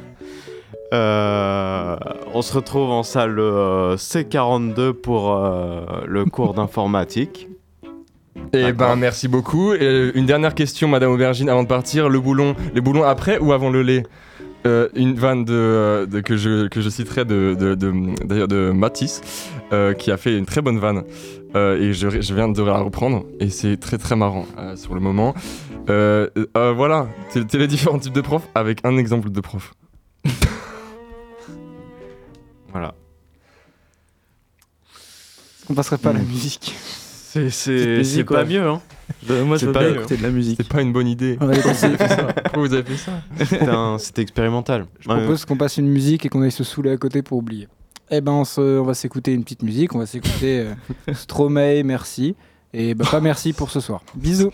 Speaker 4: Euh, on se retrouve en salle euh, C42 pour euh, le cours d'informatique.
Speaker 5: Eh
Speaker 4: D'accord.
Speaker 5: ben merci beaucoup. Et euh, une dernière question, Madame Aubergine, avant de partir, le boulon, les boulons après ou avant le lait Euh, Une vanne de, euh, de- que je que je citerai de de- de- d'ailleurs de, Matisse, euh, qui a fait une très bonne vanne Euh, et je, je viens de la reprendre et c'est très très marrant euh, sur le moment. Euh, euh, voilà, c'est c'est les différents types de profs avec un exemple de prof.
Speaker 4: Voilà.
Speaker 3: On passerait pas à la
Speaker 5: Mm.
Speaker 3: musique.
Speaker 4: C'est,
Speaker 6: Petite
Speaker 4: c'est,
Speaker 6: musique,
Speaker 4: c'est
Speaker 6: quoi.
Speaker 4: pas mieux, hein.
Speaker 6: Euh, moi,
Speaker 4: C'est
Speaker 6: je veux
Speaker 4: pas
Speaker 6: bien
Speaker 4: mieux.
Speaker 6: écouter de la musique.
Speaker 5: C'est pas une bonne idée.
Speaker 3: On va aller passer.
Speaker 5: Pourquoi vous avez fait ça
Speaker 4: C'était, un- c'était expérimental.
Speaker 3: Je propose qu'on passe une musique et qu'on aille se saouler à côté pour oublier. Eh ben, on, se- on va s'écouter une petite musique. On va s'écouter euh, Stromae, merci. Et bah, pas merci pour ce soir. Bisous.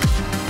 Speaker 10: Stromae,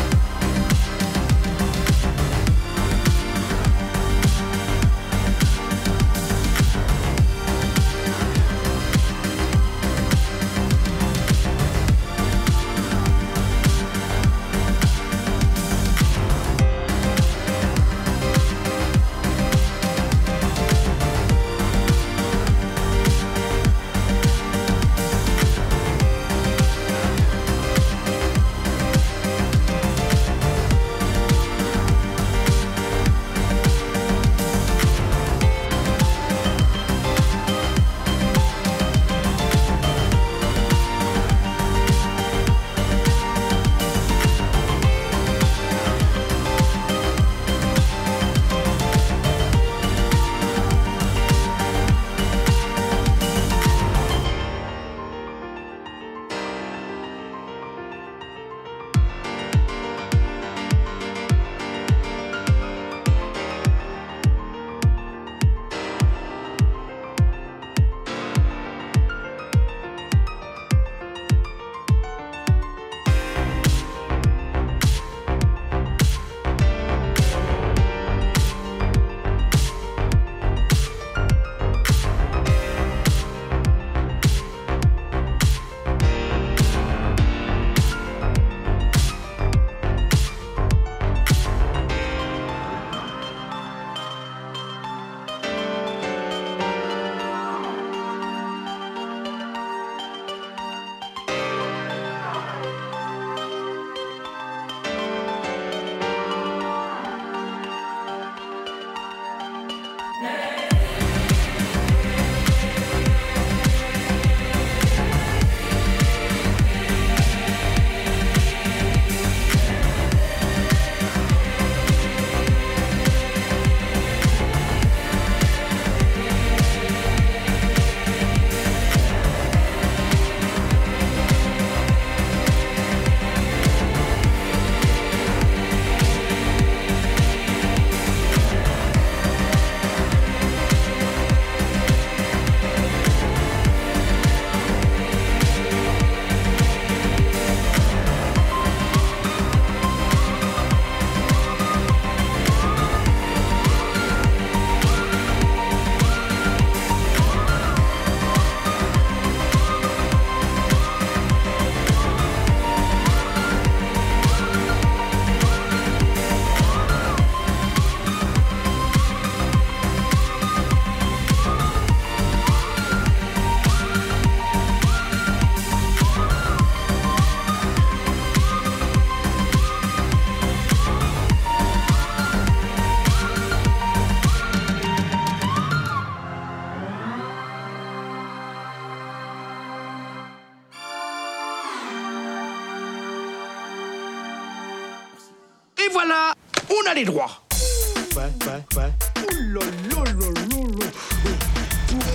Speaker 10: voilà, on a les droits.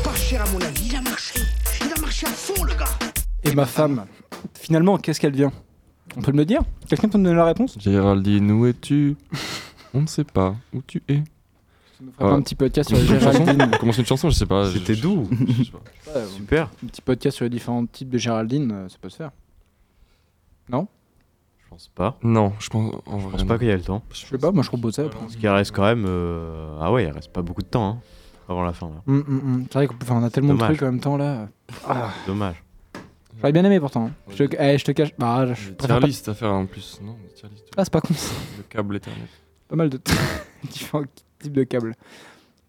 Speaker 10: Pas cher à mon avis, il a marché. Il a marché à fond, le gars.
Speaker 3: Et ma femme, finalement, qu'est-ce qu'elle vient On peut me le dire Quelqu'un peut me donner la réponse
Speaker 5: Géraldine, où es-tu On ne sait pas où tu es.
Speaker 3: On fera pas
Speaker 5: Ouais.
Speaker 3: un petit podcast sur les Géraldines.
Speaker 5: On commence une chanson, je sais pas.
Speaker 4: C'était
Speaker 5: je-
Speaker 4: doux.
Speaker 5: je sais pas.
Speaker 3: Ouais,
Speaker 4: Super.
Speaker 3: Un petit podcast sur les différents types de Géraldine, euh, ça peut se faire.
Speaker 4: Je pense pas.
Speaker 5: Non, je pense. En
Speaker 4: Je pense pas qu'il y a le temps.
Speaker 3: Je sais pas, moi je propose ça. après.
Speaker 4: Parce qu'il reste quand même. euh, Ah ouais, il reste pas beaucoup de temps hein, avant la fin. là.
Speaker 3: Hum, hum, hum. C'est vrai qu'on peut- enfin, on a tellement
Speaker 4: Dommage.
Speaker 3: de trucs en même temps là.
Speaker 4: Dommage.
Speaker 3: J'aurais bien aimé pourtant. Je, te- eh, je te cache. Bah, je préfère
Speaker 5: Tier
Speaker 3: pas-
Speaker 5: list à faire en plus. Non, le tier list.
Speaker 3: Ah, c'est pas con ça.
Speaker 5: Le câble éternel.
Speaker 3: Pas mal de différents types de câbles.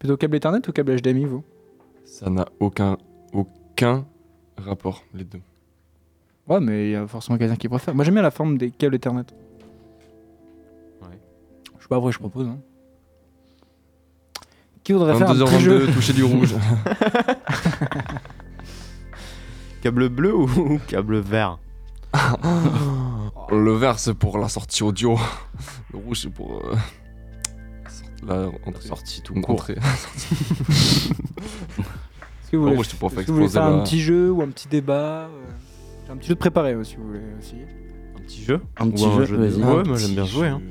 Speaker 3: Plutôt câble Ethernet ou câble HDMI, vous
Speaker 5: Ça n'a aucun, aucun rapport, les deux.
Speaker 3: Ouais, mais il y a forcément quelqu'un qui préfère. Moi j'aime bien la forme des câbles Ethernet.
Speaker 4: Ouais.
Speaker 3: Je sais pas, vrai, je propose. Hein. Qui voudrait faire un petit jeu
Speaker 5: 22h22, toucher du rouge.
Speaker 4: Câble bleu ou câble vert
Speaker 3: Oh.
Speaker 5: Le vert, c'est pour la sortie audio. Le rouge, c'est pour. euh, la sort- La, sortie tout
Speaker 4: court.
Speaker 3: Est-ce que vous
Speaker 5: Le
Speaker 3: voulez,
Speaker 5: rouge, c'est pour faire
Speaker 3: est-ce que vous voulez
Speaker 5: exploser
Speaker 3: faire un
Speaker 5: la.
Speaker 3: petit jeu ou un petit débat euh, J'ai un petit jeu de préparé euh, si vous voulez aussi.
Speaker 4: Un petit jeu
Speaker 6: Un petit
Speaker 4: Ou
Speaker 6: jeu,
Speaker 4: de-
Speaker 6: vas-y.
Speaker 4: Ouais,
Speaker 6: Un
Speaker 4: moi j'aime bien jouer. hein.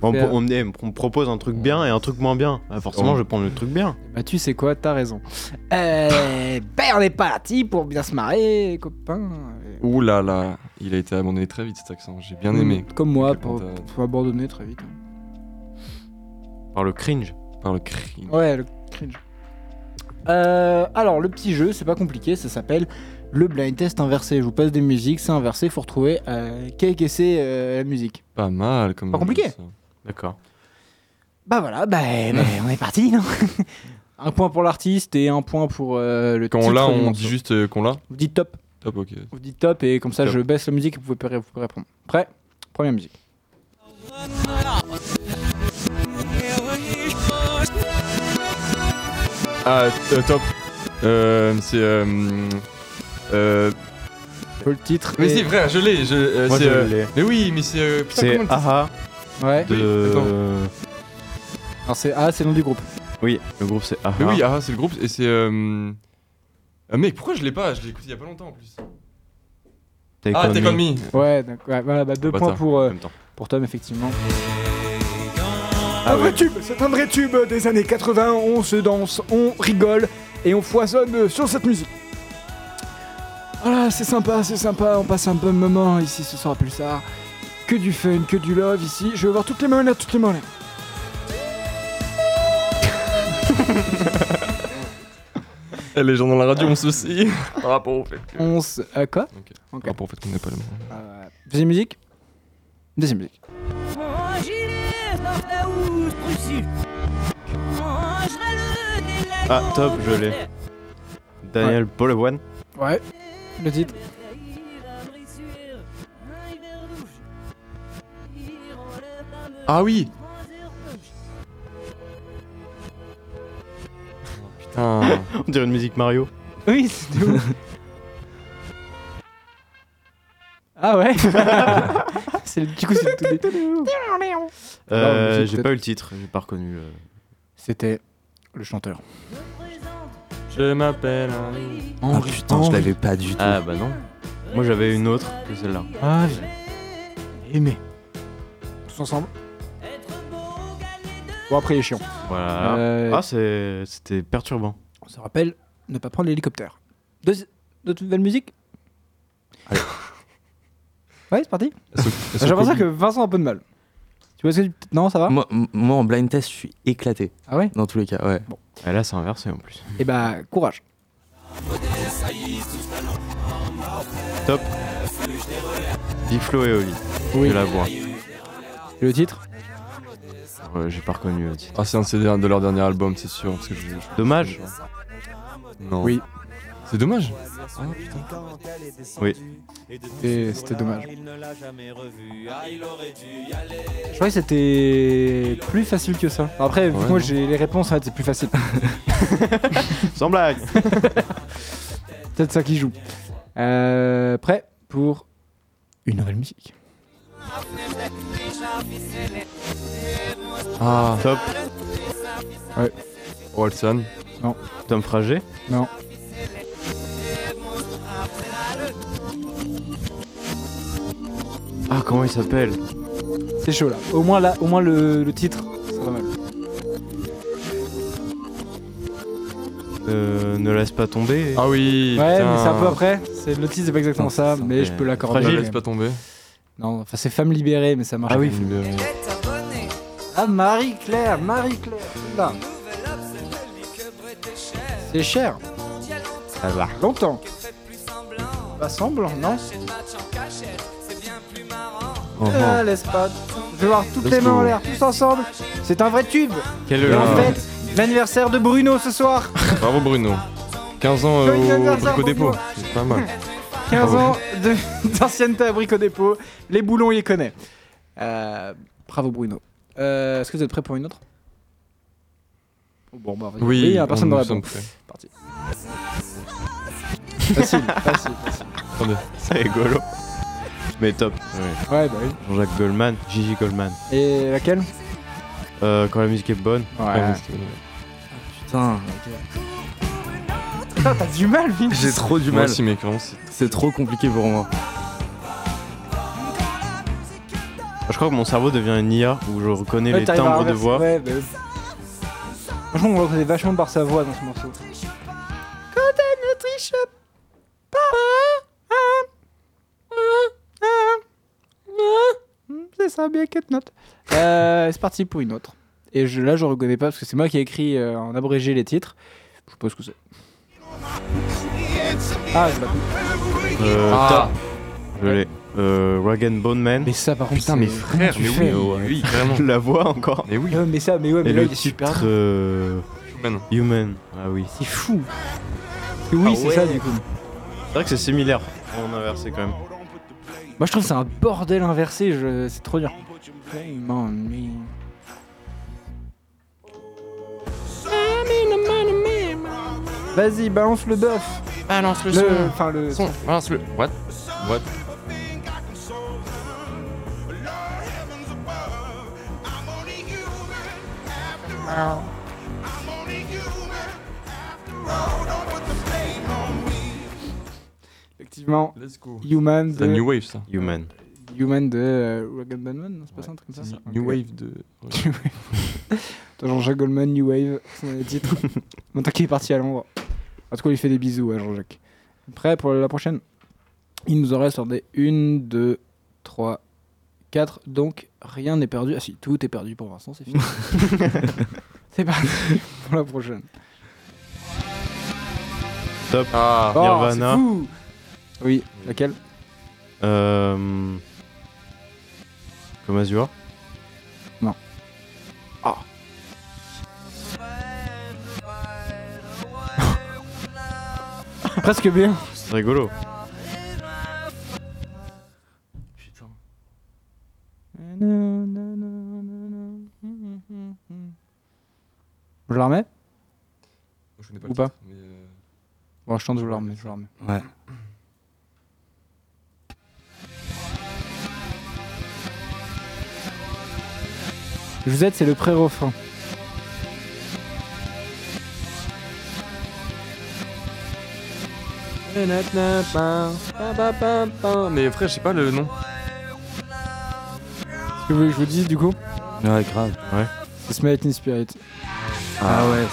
Speaker 4: Bon,
Speaker 3: Faire-
Speaker 4: on, me- eh, on me propose un truc bien et un truc moins bien. Ah, forcément,
Speaker 5: Oh.
Speaker 4: je vais prendre le truc bien.
Speaker 3: Bah tu sais quoi, t'as raison. Euh, ben on est parti pour bien se marrer, les copains. Euh,
Speaker 5: Ouh là là, il a été abandonné très vite cet accent. J'ai bien aimé
Speaker 3: Comme moi,
Speaker 5: Ok,
Speaker 3: pour,
Speaker 5: bon, t'as-
Speaker 3: pour abandonner très vite.
Speaker 4: Par le cringe.
Speaker 3: Mm.
Speaker 5: par le cri.
Speaker 3: Ouais, le cringe. Euh, alors le petit jeu, c'est pas compliqué, ça s'appelle le blind test inversé. Je vous passe des musiques, c'est inversé, faut retrouver euh, quelle que c'est euh, la musique.
Speaker 5: Pas mal comme.
Speaker 3: Pas compliqué.
Speaker 5: ça.
Speaker 4: D'accord.
Speaker 3: Bah voilà, bah, bah, on est parti, non Un point pour l'artiste et un point pour euh, le
Speaker 5: Quand on
Speaker 3: titre
Speaker 5: l'a,
Speaker 3: du
Speaker 5: on
Speaker 3: morceau.
Speaker 5: dit juste euh, qu'on l'a.
Speaker 3: Vous dites top,
Speaker 5: Top, ok.
Speaker 3: vous dites top et comme ça
Speaker 5: Top.
Speaker 3: je baisse la musique et vous pouvez, vous pouvez répondre. Prêt Première musique.
Speaker 5: Ah, euh, top. Euh, c'est. Euh, euh,
Speaker 3: Faut le titre.
Speaker 5: mais
Speaker 3: et-
Speaker 5: si, frère, je l'ai. Je, euh,
Speaker 4: Moi,
Speaker 5: c'est,
Speaker 4: je
Speaker 5: euh,
Speaker 4: l'ai.
Speaker 5: Mais oui, mais c'est. euh, putain,
Speaker 4: C'est
Speaker 5: comment le titre
Speaker 4: Aha
Speaker 3: Ouais.
Speaker 4: de.
Speaker 3: Alors c'est ah, c'est le nom du groupe.
Speaker 4: Oui, le groupe c'est Aha.
Speaker 5: Mais oui, Aha, c'est le groupe et c'est. Euh... Ah, mec, pourquoi je l'ai pas Je l'ai écouté il y a pas longtemps en plus.
Speaker 4: Take
Speaker 5: ah,
Speaker 4: On
Speaker 5: Take
Speaker 4: Me.
Speaker 5: On Me.
Speaker 3: Ouais, donc, ouais, voilà, bah, deux
Speaker 5: Bâtard.
Speaker 3: points pour,
Speaker 4: En
Speaker 3: euh,
Speaker 4: même temps.
Speaker 3: pour Tom, effectivement.
Speaker 4: Ah
Speaker 3: un vrai
Speaker 4: ouais.
Speaker 3: tube, c'est un vrai tube des années 80, on se danse, on rigole et on foisonne euh, sur cette musique. Voilà, c'est sympa, c'est sympa, on passe un bon moment ici ce soir à Pulsar. Que du fun, que du love ici, je veux voir toutes les mains en l'air, toutes les mains en l'air.
Speaker 5: Eh, Les gens dans la radio ont ceci. Par rapport au fait que.
Speaker 3: On se... euh, quoi
Speaker 5: Ok.
Speaker 3: Ok.
Speaker 5: Par rapport au fait qu'on n'est pas les mêmes.
Speaker 3: Euh, Deuxième musique Deuxième musique.
Speaker 11: Un gilet dans la housse Russie. Mangera le délagon
Speaker 4: Ah, top, je l'ai. Daniel Bolowan.
Speaker 3: Ouais, le titre.
Speaker 5: Ah oui Putain.
Speaker 4: On dirait une musique Mario.
Speaker 3: Oui, c'est tout. ah ouais c'est le- Du coup, c'est le tout dé-
Speaker 4: Euh,
Speaker 3: musique,
Speaker 4: j'ai
Speaker 3: peut-être.
Speaker 4: pas eu le titre, j'ai pas reconnu. euh.
Speaker 3: C'était le chanteur.
Speaker 5: Je m'appelle.
Speaker 6: Ah putain, je l'avais pas du tout.
Speaker 4: Ah bah non. Moi j'avais une autre que celle-là.
Speaker 3: Ah, j'ai aimé. Tous ensemble Bon, après, il est chiant.
Speaker 4: Voilà.
Speaker 3: Euh,
Speaker 4: Ah c'est- c'était perturbant.
Speaker 3: On se rappelle, ne pas prendre l'hélicoptère. Deuxi- D'autres nouvelles musiques Ouais, c'est parti.
Speaker 5: Ah,
Speaker 3: J'ai l'impression que Vincent a un peu de mal. Tu vois ce que tu- Non, ça va
Speaker 6: Moi, m- moi, en blind test, je suis éclaté.
Speaker 3: Ah ouais
Speaker 6: Dans tous les cas, ouais.
Speaker 4: Et là c'est inversé en plus.
Speaker 3: Et bah, courage.
Speaker 4: Big Flo et Oli.
Speaker 3: Oui.
Speaker 4: Je la vois.
Speaker 3: Et le titre
Speaker 4: Ouais, Euh, j'ai pas reconnu le titre.
Speaker 5: Ah, c'est un de ces derniers- de leur dernier album, c'est sûr. Parce que je, je-
Speaker 4: Dommage.
Speaker 5: Non.
Speaker 3: Oui.
Speaker 5: C'est dommage.
Speaker 4: Oui.
Speaker 3: Et c'était dommage. Je croyais que c'était plus facile que ça. Après, vu que
Speaker 5: Ouais,
Speaker 3: moi
Speaker 5: non.
Speaker 3: j'ai les réponses, en fait, c'est plus facile.
Speaker 4: Sans blague.
Speaker 3: Peut-être ça qui joue. Euh, prêt pour une nouvelle musique.
Speaker 5: Ah, top.
Speaker 3: Ouais.
Speaker 5: Wilson.
Speaker 3: Non.
Speaker 4: Tom Frager.
Speaker 3: Non.
Speaker 4: Ah, comment il s'appelle
Speaker 3: C'est chaud là. Au moins là, au moins le, le titre, c'est pas mal.
Speaker 4: Euh, Ne laisse pas tomber.
Speaker 5: Ah oui.
Speaker 3: Ouais, mais c'est un
Speaker 5: putain.
Speaker 3: peu après. C'est le titre, c'est pas exactement ça, mais je peux l'accorder.
Speaker 5: Fragile, laisse pas tomber.
Speaker 3: Non, enfin c'est Femme libérée, mais ça marche.
Speaker 5: Ah oui,
Speaker 3: pas.
Speaker 5: Femme libérée.
Speaker 3: Ah Marie Claire, Marie Claire. Là. C'est cher.
Speaker 4: Ça va.
Speaker 3: Longtemps. Pas semblant, non
Speaker 4: Oh,
Speaker 3: Ah,
Speaker 4: oh.
Speaker 3: laisse pas. Je vais voir toutes
Speaker 4: Let's
Speaker 3: les mains
Speaker 4: go. Ah.
Speaker 3: en l'air, tous ensemble. C'est un vrai tube.
Speaker 4: Quel
Speaker 3: Et
Speaker 4: est
Speaker 3: en
Speaker 4: le-
Speaker 3: fait, l'anniversaire de Bruno ce soir.
Speaker 5: Bravo Bruno. 15 ans
Speaker 3: Joyeux
Speaker 5: euh, au
Speaker 3: anniversaire,
Speaker 5: Brico Dépôt.
Speaker 3: Bruno.
Speaker 5: C'est pas mal.
Speaker 3: 15
Speaker 5: Bravo.
Speaker 3: ans de- d'ancienneté à Brico Dépôt. Les boulons, il les connaît. Euh, bravo Bruno. Euh, Est-ce que vous êtes prêts pour une autre Bon, bah, vas-y.
Speaker 5: Oui,
Speaker 3: il y a personne
Speaker 5: on
Speaker 3: dans la
Speaker 5: nous sommes
Speaker 3: banque.
Speaker 5: prêts.
Speaker 3: Parti. facile, facile, facile.
Speaker 5: Attendez.
Speaker 4: C'est rigolo. Mais top. Ouais.
Speaker 3: Ouais, bah oui.
Speaker 4: Jean-Jacques Goldman, Gigi Goldman.
Speaker 3: Et laquelle
Speaker 4: Euh, quand la musique est bonne.
Speaker 3: Ouais.
Speaker 4: Quand la musique est bonne.
Speaker 6: Putain,
Speaker 3: Putain, t'as du mal, Vince.
Speaker 6: j'ai trop du
Speaker 5: Moi
Speaker 6: mal.
Speaker 5: aussi, mais vraiment, c'est-
Speaker 6: C'est trop compliqué pour moi.
Speaker 4: Ah, Je crois que mon cerveau devient une IA où je reconnais
Speaker 3: Ouais,
Speaker 4: les
Speaker 3: t'arrives à
Speaker 4: timbres de
Speaker 3: inverser.
Speaker 4: voix.
Speaker 3: Euh, Ouais, bah oui. Franchement, on le reconnaît vachement par sa voix dans ce morceau. Quand elle ne triche pas. hein, hein. Hmm, C'est ça, bien quatre notes. Euh, c'est parti pour une autre. Et je, là, je reconnais pas parce que c'est moi qui ai écrit euh, en abrégé les titres. Je sais pas ce que c'est. Ah, je l'ai.
Speaker 4: Euh,
Speaker 5: Ah.
Speaker 4: top. Je l'ai. Euh, Rag and Bone Man.
Speaker 3: Mais ça, par contre,
Speaker 5: Putain, mais
Speaker 3: c'est-
Speaker 5: frère,
Speaker 3: Comment tu
Speaker 5: mais oui,
Speaker 3: fais
Speaker 5: mais oui, vraiment.
Speaker 4: La voix encore.
Speaker 5: Mais oui,
Speaker 3: Ouais, mais ça, mais ouais, mais
Speaker 4: Et
Speaker 3: là,
Speaker 4: le
Speaker 3: il est super.
Speaker 4: titre euh,
Speaker 5: human.
Speaker 4: Human. Ah oui.
Speaker 3: C'est fou. Oui, c'est ça du coup.
Speaker 4: C'est vrai que c'est similaire en inversé quand même.
Speaker 3: Moi je trouve que c'est un bordel inversé, je... c'est trop dur. Non, mais- Vas-y, balance le bœuf.
Speaker 5: Balance
Speaker 3: Ah, Le... Enfin le...
Speaker 5: son. Balance le. What What
Speaker 3: Effectivement,
Speaker 5: Let's go.
Speaker 3: Human
Speaker 5: C'est la
Speaker 3: de...
Speaker 5: New Wave, ça.
Speaker 4: Human.
Speaker 3: Human de... euh, Rugged Bandman, non, c'est pas ça un truc comme ça
Speaker 5: New
Speaker 3: Ok.
Speaker 5: Wave de.
Speaker 3: Attends, Jean-Jacques Goldman, New Wave, c'est le titre. Bon, tant qu'il est parti à Londres. En tout cas, on lui fait des bisous à Jean-Jacques. Prêt pour la prochaine Il nous en reste des 1, 2, 3, 4. Donc, rien n'est perdu. Ah si, tout est perdu pour Vincent, c'est fini. c'est parti pour la prochaine.
Speaker 4: Top.
Speaker 5: Ah,
Speaker 3: Oh,
Speaker 4: Nirvana.
Speaker 3: c'est fou Oui, laquelle
Speaker 4: Euh, Comme Azure.
Speaker 3: Presque bien.
Speaker 4: C'est rigolo.
Speaker 3: Je la remets
Speaker 5: je connais pas
Speaker 3: Ou
Speaker 5: le
Speaker 3: pas
Speaker 5: titre, mais, euh,
Speaker 3: Bon, je tente, je la remets. Je la remets.
Speaker 6: Ouais.
Speaker 3: Je vous aide, c'est le pré-refrain.
Speaker 5: Ah, mais frère, je sais pas le nom.
Speaker 3: Que voulez que je vous dise du coup
Speaker 6: Ouais, grave.
Speaker 3: C'est Smell It in Spirit.
Speaker 6: Ah
Speaker 3: ouais.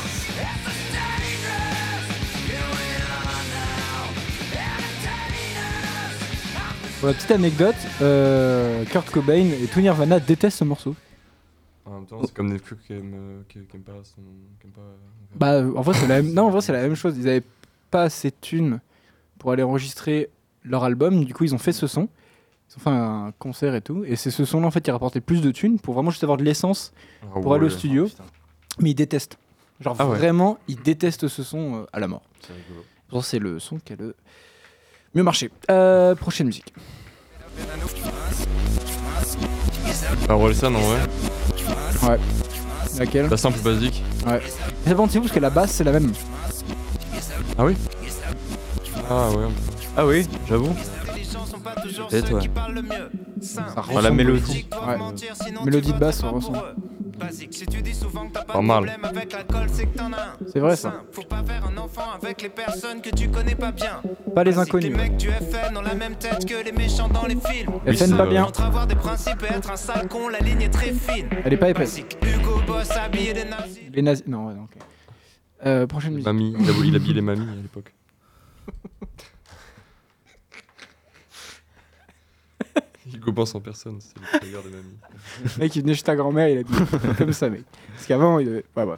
Speaker 3: Pour la petite anecdote, euh, Kurt Cobain et tout Nirvana détestent ce morceau.
Speaker 5: En même temps, c'est comme des trucs qui aiment, euh, qui, qui aiment pas son. Qui aiment pas, euh,
Speaker 3: Bah, euh, en vrai, c'est la même. Non, en vrai, c'est la même chose. Ils avaient pas assez de thunes pour aller enregistrer leur album. Du coup, ils ont fait ce son. Ils ont fait un concert et tout. Et c'est ce son-là, en fait, qui rapportait plus de thunes pour vraiment juste avoir de l'essence
Speaker 5: Ah
Speaker 3: pour aller au
Speaker 5: ouais.
Speaker 3: studio. mais ils détestent. Genre
Speaker 5: Ah ouais.
Speaker 3: vraiment, ils détestent ce son euh, à la mort.
Speaker 5: C'est rigolo.
Speaker 3: Pourtant, c'est le son qui a le mieux marché. Euh, prochaine musique.
Speaker 5: Ah, Wilson, en vrai.
Speaker 3: Laquelle
Speaker 5: La simple basique.
Speaker 3: C'est bon, c'est vous parce que la basse c'est la même.
Speaker 5: Ah ouais.
Speaker 4: Ah oui, j'avoue.
Speaker 6: Peut-être, ouais.
Speaker 3: Ça
Speaker 4: Enfin, la
Speaker 3: ressemble
Speaker 4: mélodie.
Speaker 3: beaucoup. Ouais. Mélodie de basse, ça ressemble.
Speaker 5: Pas mal.
Speaker 3: C'est vrai ça. Pas les inconnus. ouais. FN
Speaker 11: Oui, c'est-
Speaker 3: pas bien. Elle est pas épaisse. Les nazis. Non, ouais, non, ok. Euh, prochaine musique.
Speaker 5: Mamie, il a- il habillait les mamies à l'époque. Hugo pense en personne, c'est le trigger des mamies.
Speaker 3: Le mec, il venait chez ta grand-mère, il a dit comme ça, mec. Parce qu'avant, il devait. Ouais, ouais.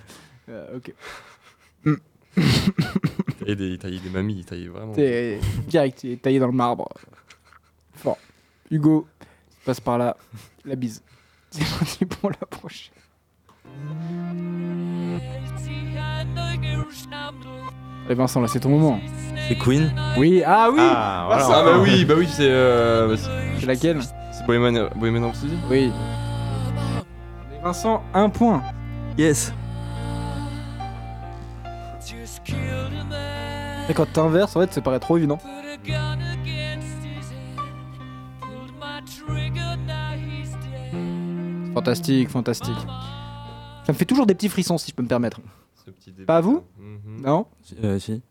Speaker 3: Euh, ok.
Speaker 5: Et des, il taillait des mamies, il taillait vraiment.
Speaker 3: T'es direct, il est taillé dans le marbre. Fort. Hugo, passe par là. La bise. C'est parti pour la prochaine. Et Eh, Vincent, là, c'est ton moment.
Speaker 6: C'est Queen
Speaker 3: Oui, ah oui
Speaker 4: Ah, voilà.
Speaker 5: Ah bah oui, bah oui, c'est. euh, bah, c'est-
Speaker 3: C'est laquelle
Speaker 5: c'est Bohemian, Bohemian Rhapsody
Speaker 3: Oui. Et Vincent, un point.
Speaker 6: Yes.
Speaker 3: Et quand t'inverses, en fait, ça paraît trop évident. Fantastique, fantastique. Ça me fait toujours des petits frissons, si je peux me permettre.
Speaker 5: Ce petit début.
Speaker 3: Pas à vous
Speaker 5: Mhm.
Speaker 3: Non
Speaker 6: Euh, si.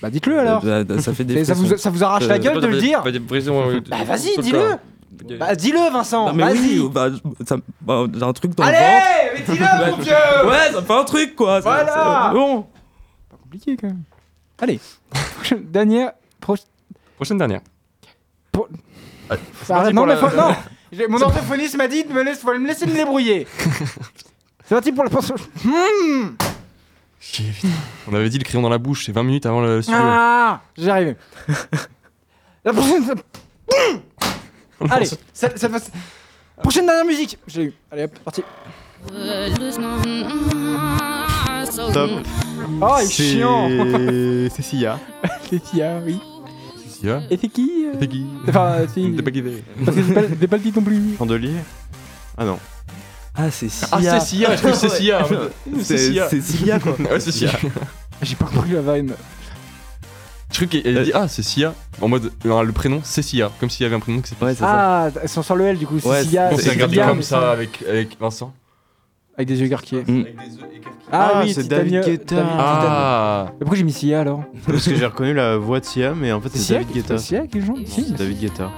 Speaker 3: Bah dites-le alors
Speaker 6: Euh, bah, ça fait des
Speaker 3: Et ça, vous,
Speaker 6: frissons.
Speaker 3: ça vous arrache
Speaker 6: Euh,
Speaker 3: la gueule de le dire
Speaker 5: Pas bah, des prisons, euh,
Speaker 3: Bah vas-y,
Speaker 5: tout le
Speaker 3: dis-le
Speaker 5: corps.
Speaker 3: Bah dis-le, Vincent
Speaker 6: Non, mais
Speaker 3: Vas-y
Speaker 6: oui, bah, ça- bah, j'ai un truc dans le ventre.
Speaker 3: Allez Mais dis-le, mon dieu
Speaker 6: Ouais, ça fait un truc quoi. c'est-
Speaker 3: Voilà.
Speaker 6: c'est Bon.
Speaker 3: Compliqué quand même. Allez, dernière. Pro...
Speaker 5: Prochaine dernière.
Speaker 3: Pour-
Speaker 5: Ah, c'est
Speaker 3: Arrête,
Speaker 5: parti
Speaker 3: non,
Speaker 5: pour
Speaker 3: mais
Speaker 5: la-
Speaker 3: faut- non J'ai- Mon orthophoniste m'a dit de me laisser, faut me laisser me débrouiller. C'est parti pour la pension. Hmm.
Speaker 5: Chier, putain. On avait dit le crayon dans la bouche, c'est 20 minutes avant le studio.
Speaker 3: Ah, j'y arrive. La prochaine.
Speaker 5: On
Speaker 3: Allez,
Speaker 5: lance-
Speaker 3: cette, cette fois- prochaine dernière musique. J'ai eu. Allez, hop, parti.
Speaker 4: Top.
Speaker 3: Oh, il est chiant.
Speaker 4: C'est c'est Sia.
Speaker 3: C'est qui, ah, oui.
Speaker 5: Si, hein.
Speaker 3: Et c'est qui euh,
Speaker 5: T'es qui
Speaker 3: Enfin, euh, si.
Speaker 5: T'es pas guidé.
Speaker 3: Parce que c'est pas- c'est pas le titre non plus.
Speaker 4: Chandelier. Ah non.
Speaker 6: Ah, c'est Sia.
Speaker 3: Ah,
Speaker 5: Sia, je c'est Sia. C'est Sia.
Speaker 6: C'est Sia quoi.
Speaker 5: Ouais, c'est Sia.
Speaker 3: J'ai pas compris la vibe.
Speaker 5: Le truc, elle elle dit Ah, c'est Sia. En mode, euh, le prénom, c'est Sia. Comme s'il y avait un prénom que c'est pas.
Speaker 6: Ouais, c'est ça.
Speaker 3: Ah, si on sort le L du coup, c'est
Speaker 6: Ouais,
Speaker 3: Sia,
Speaker 5: On
Speaker 3: c'est
Speaker 5: s'est regardé
Speaker 3: Sia,
Speaker 5: comme
Speaker 3: mais
Speaker 5: ça avec, avec Vincent.
Speaker 3: Avec des yeux écarqués.
Speaker 4: Ah, c'est David
Speaker 3: Titania-
Speaker 4: Guetta.
Speaker 3: David Guetta.
Speaker 5: Ah
Speaker 3: Mais Pourquoi j'ai mis Sia alors
Speaker 4: Parce que j'ai reconnu la voix de Sia, mais en fait
Speaker 3: C'est
Speaker 4: c'est
Speaker 3: Sia
Speaker 4: David
Speaker 3: qui
Speaker 4: Guetta.
Speaker 3: c'est Sia qui chante Si,
Speaker 4: C'est David Guetta.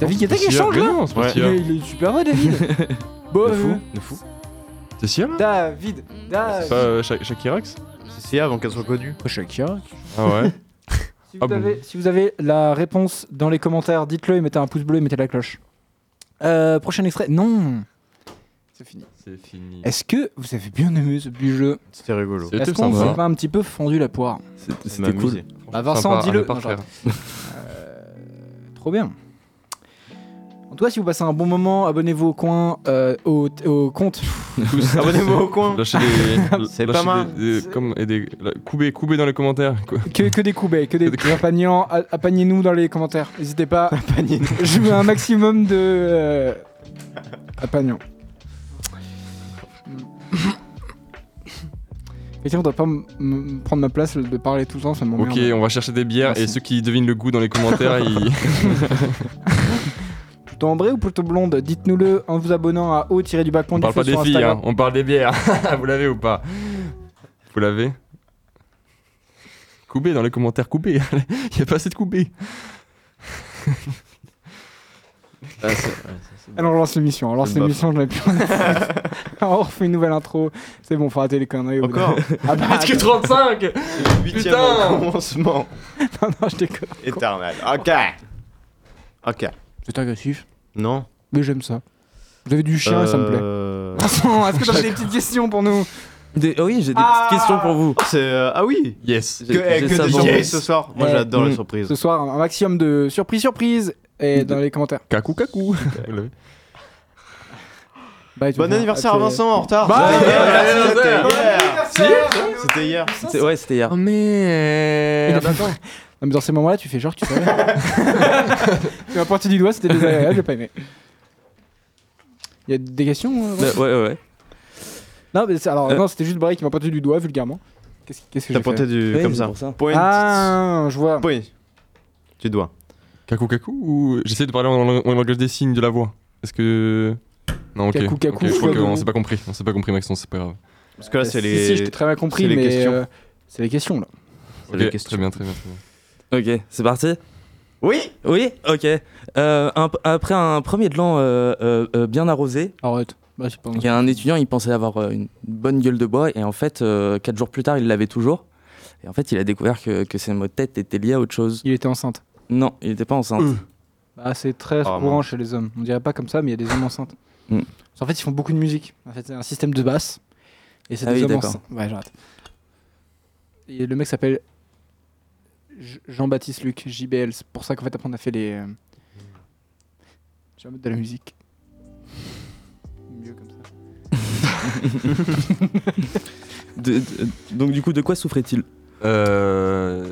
Speaker 3: David Guetta qui
Speaker 5: Sia,
Speaker 3: chante
Speaker 5: mais
Speaker 3: là
Speaker 5: non, c'est pas
Speaker 4: Ouais.
Speaker 3: il
Speaker 5: Sia.
Speaker 3: est, il est super vrai David Bon,
Speaker 4: De
Speaker 3: euh,
Speaker 4: fou, de fou.
Speaker 5: C'est Sia là
Speaker 3: David
Speaker 5: C'est
Speaker 3: David
Speaker 5: pas euh, Sha- Shakira X
Speaker 4: C'est Sia avant qu'elle soit connue.
Speaker 3: Shakira
Speaker 5: Ah ouais
Speaker 3: si vous,
Speaker 5: Ah bon.
Speaker 3: avez, si vous avez la réponse dans les commentaires, dites-le et mettez un pouce bleu et mettez la cloche. Euh, prochain extrait Non C'est fini.
Speaker 5: C'est fini.
Speaker 3: Est-ce que vous avez bien aimé ce petit jeu
Speaker 4: C'était rigolo.
Speaker 5: C'était
Speaker 3: Est-ce qu'on vous a
Speaker 5: sympa.
Speaker 3: pas un petit peu fondu la poire
Speaker 6: C'est-
Speaker 4: m'a
Speaker 6: C'était cool.
Speaker 4: amusé.
Speaker 3: Bah Vincent,
Speaker 5: Sympa à
Speaker 3: dis-le.
Speaker 5: ne pas
Speaker 3: Non,
Speaker 5: refaire.
Speaker 3: Trop bien. En tout cas, si vous passez un bon moment, abonnez-vous au coin, euh, au, au compte.
Speaker 5: Tous.
Speaker 4: Abonnez-vous au coin.
Speaker 5: Lâchez des.
Speaker 4: C'est
Speaker 5: lâchez
Speaker 4: pas mal.
Speaker 5: des- des- Comme. Et des. la- Coubez, coubez dans les commentaires. quoi.
Speaker 3: Que, que des coups bais, que des
Speaker 5: Que des
Speaker 3: coups apagnants. a- Apagnez-nous dans les commentaires. N'hésitez pas. Je veux un maximum de. Euh, apagnants. Quelqu'un ne doit pas m- m- prendre ma place de parler tout le temps, ça m'emmerde.
Speaker 5: Ok, on va chercher des bières et
Speaker 3: Merci.
Speaker 5: ceux qui devinent le goût dans les commentaires, ils.
Speaker 3: Plutôt ambré ou plutôt blonde Dites-nous-le en vous abonnant à haut du bas
Speaker 5: On parle pas des filles, hein, on parle des bières. Vous l'avez ou pas Vous l'avez Coubez dans les commentaires, coubez. Il y a pas assez de coubez. Ah, c'est- ouais, ça, c'est bon.
Speaker 3: Alors on lance l'émission, on lance
Speaker 5: C'est une
Speaker 3: l'émission, j'en ai plus rien à faire. on refait une nouvelle intro. C'est bon, faut rater les conneries. au bout d'un-
Speaker 4: Encore
Speaker 3: Ah bah,
Speaker 5: Parce que 35
Speaker 4: Huitième
Speaker 5: Putain
Speaker 4: commencement
Speaker 3: non, non, je déconne.
Speaker 4: éternel. Ok. Ok.
Speaker 3: C'est agressif,
Speaker 4: Non.
Speaker 3: mais j'aime ça. Vous avez du chien, ça me plaît.
Speaker 4: Euh,
Speaker 3: Vincent, est-ce que t'as des petites questions pour nous
Speaker 6: Des- oui, j'ai des
Speaker 3: Ah.
Speaker 6: petites questions pour vous.
Speaker 4: oh, c'est euh, ah oui.
Speaker 5: Yes
Speaker 4: Que,
Speaker 6: J'ai-
Speaker 4: eh,
Speaker 6: j'ai
Speaker 4: que
Speaker 6: ça
Speaker 4: des
Speaker 6: dans-
Speaker 4: surprises ce soir. Moi
Speaker 3: Ouais.
Speaker 4: j'adore
Speaker 6: Mm.
Speaker 4: les
Speaker 3: Ce
Speaker 4: surprises.
Speaker 3: soir, un maximum de surprise, surprise, et dans les commentaires.
Speaker 5: Kakou kakou
Speaker 3: Bye, tout le
Speaker 4: Bon
Speaker 3: monde.
Speaker 4: anniversaire à
Speaker 3: Après-
Speaker 4: Vincent en retard.
Speaker 3: Bah,
Speaker 4: C'était
Speaker 3: ouais,
Speaker 4: hier,
Speaker 5: ouais,
Speaker 4: c'était
Speaker 5: ouais.
Speaker 4: hier. C'était hier.
Speaker 6: C'est- Ouais, c'était
Speaker 5: Oh,
Speaker 6: hier.
Speaker 5: mais...
Speaker 3: Non, mais dans ces moments-là, tu fais genre, tu sais. tu m'as pointé du doigt, c'était désagréable, j'ai pas aimé. Il y a des questions euh,
Speaker 6: Ouais,
Speaker 3: Vincent
Speaker 6: ouais, ouais.
Speaker 3: Non, mais c'est- alors,
Speaker 6: Euh.
Speaker 3: non, c'était juste Barry qui m'a pointé du doigt vulgairement. Qu'est-ce qu'est-ce que
Speaker 4: T'as
Speaker 3: j'ai fait
Speaker 4: pointé du
Speaker 6: Oui,
Speaker 4: comme
Speaker 6: c'est
Speaker 4: ça.
Speaker 6: pour ça.
Speaker 4: Point.
Speaker 3: Ah, je vois.
Speaker 4: Point. Tu dois.
Speaker 5: Kakou kakou ou... J'essaie de parler en, lang- en langage des signes de la voix. Est-ce que. Non, ok.
Speaker 3: Cacou, cacou,
Speaker 5: ok, je
Speaker 3: choix
Speaker 5: crois
Speaker 3: de
Speaker 5: qu'on
Speaker 3: mots.
Speaker 5: s'est pas compris. On s'est pas compris, Maxon, c'est pas grave.
Speaker 4: Parce que là, c'est
Speaker 3: Si,
Speaker 4: les.
Speaker 3: Si, je t'ai très bien compris,
Speaker 4: c'est les
Speaker 3: mais.
Speaker 4: questions.
Speaker 3: euh, c'est les questions, là.
Speaker 5: Ok,
Speaker 6: les
Speaker 5: Très bien, très bien, très bien.
Speaker 6: Ok, c'est parti
Speaker 4: Oui
Speaker 6: Oui Ok. Euh, un- après un premier de l'an euh, euh, euh, bien arrosé,
Speaker 3: Arrête. Bah, c'est pas
Speaker 6: il y a un étudiant, il pensait avoir euh, une bonne gueule de bois, et en fait, euh, quatre jours plus tard, il l'avait toujours. Et en fait, il a découvert que, que ses maux de tête étaient liés à autre chose.
Speaker 3: Il était enceinte.
Speaker 6: Non, il n'était pas enceinte.
Speaker 5: Euh.
Speaker 3: Bah, c'est très
Speaker 4: Ah,
Speaker 3: courant
Speaker 4: mince.
Speaker 3: chez les hommes. On dirait pas comme ça, mais il y a des hommes enceintes.
Speaker 6: Mm.
Speaker 3: Parce qu'en fait, ils font beaucoup de musique. En fait, c'est un système de basse. Et c'est
Speaker 6: Ah
Speaker 3: des
Speaker 6: oui,
Speaker 3: hommes
Speaker 6: d'accord.
Speaker 3: enceintes. Ouais, j'arrête. Et le mec s'appelle J- Jean-Baptiste Luc, JBL. C'est pour ça qu'en fait, après, on a fait les. euh, Je vais mettre de la musique. Mieux comme ça.
Speaker 6: De- de- donc, du coup, de quoi souffrait-il
Speaker 5: Euh.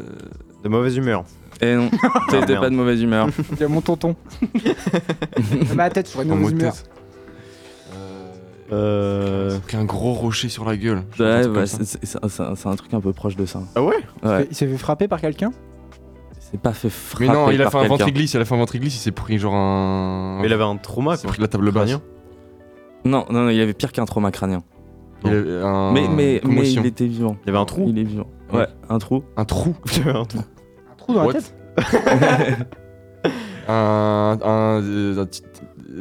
Speaker 4: De mauvaise humeur.
Speaker 6: Eh non,
Speaker 5: Ah,
Speaker 6: c'était
Speaker 4: merde.
Speaker 6: pas de mauvaise humeur.
Speaker 3: Il y a mon tonton. Dans ma tête, sur une
Speaker 5: En mot
Speaker 3: mauvaise
Speaker 5: de
Speaker 3: humeur.
Speaker 5: tête.
Speaker 4: Euh.
Speaker 5: Pris un gros rocher sur la gueule. Je pense
Speaker 6: Ouais,
Speaker 5: que
Speaker 6: bah,
Speaker 5: c'est comme
Speaker 6: c'est c'est- c'est un- c'est un truc un peu proche de ça.
Speaker 4: Ah ouais
Speaker 6: Ouais,
Speaker 3: Il s'est fait frapper par quelqu'un
Speaker 6: c'est pas fait
Speaker 5: ça.
Speaker 6: frapper
Speaker 5: Mais non, il a
Speaker 6: par
Speaker 5: fait un
Speaker 6: quelqu'un.
Speaker 5: ventriglisse, il a fait un ventriglisse, il s'est pris genre un.
Speaker 4: Mais il avait un trauma,
Speaker 5: il s'est
Speaker 4: quoi.
Speaker 5: pris de la table basse.
Speaker 4: Crânien.
Speaker 6: Non, non, non, il avait pire qu'un trauma crânien.
Speaker 5: Il avait un.
Speaker 6: mais mais, mais
Speaker 5: Ah, commotion.
Speaker 6: il était vivant.
Speaker 4: Il avait un trou.
Speaker 6: Il est vivant.
Speaker 5: Ouais.
Speaker 6: Ouais, un trou.
Speaker 5: Un trou.
Speaker 4: Il avait un trou.
Speaker 3: Un trou dans
Speaker 5: What
Speaker 3: la tête
Speaker 5: Un. un- euh, un petit-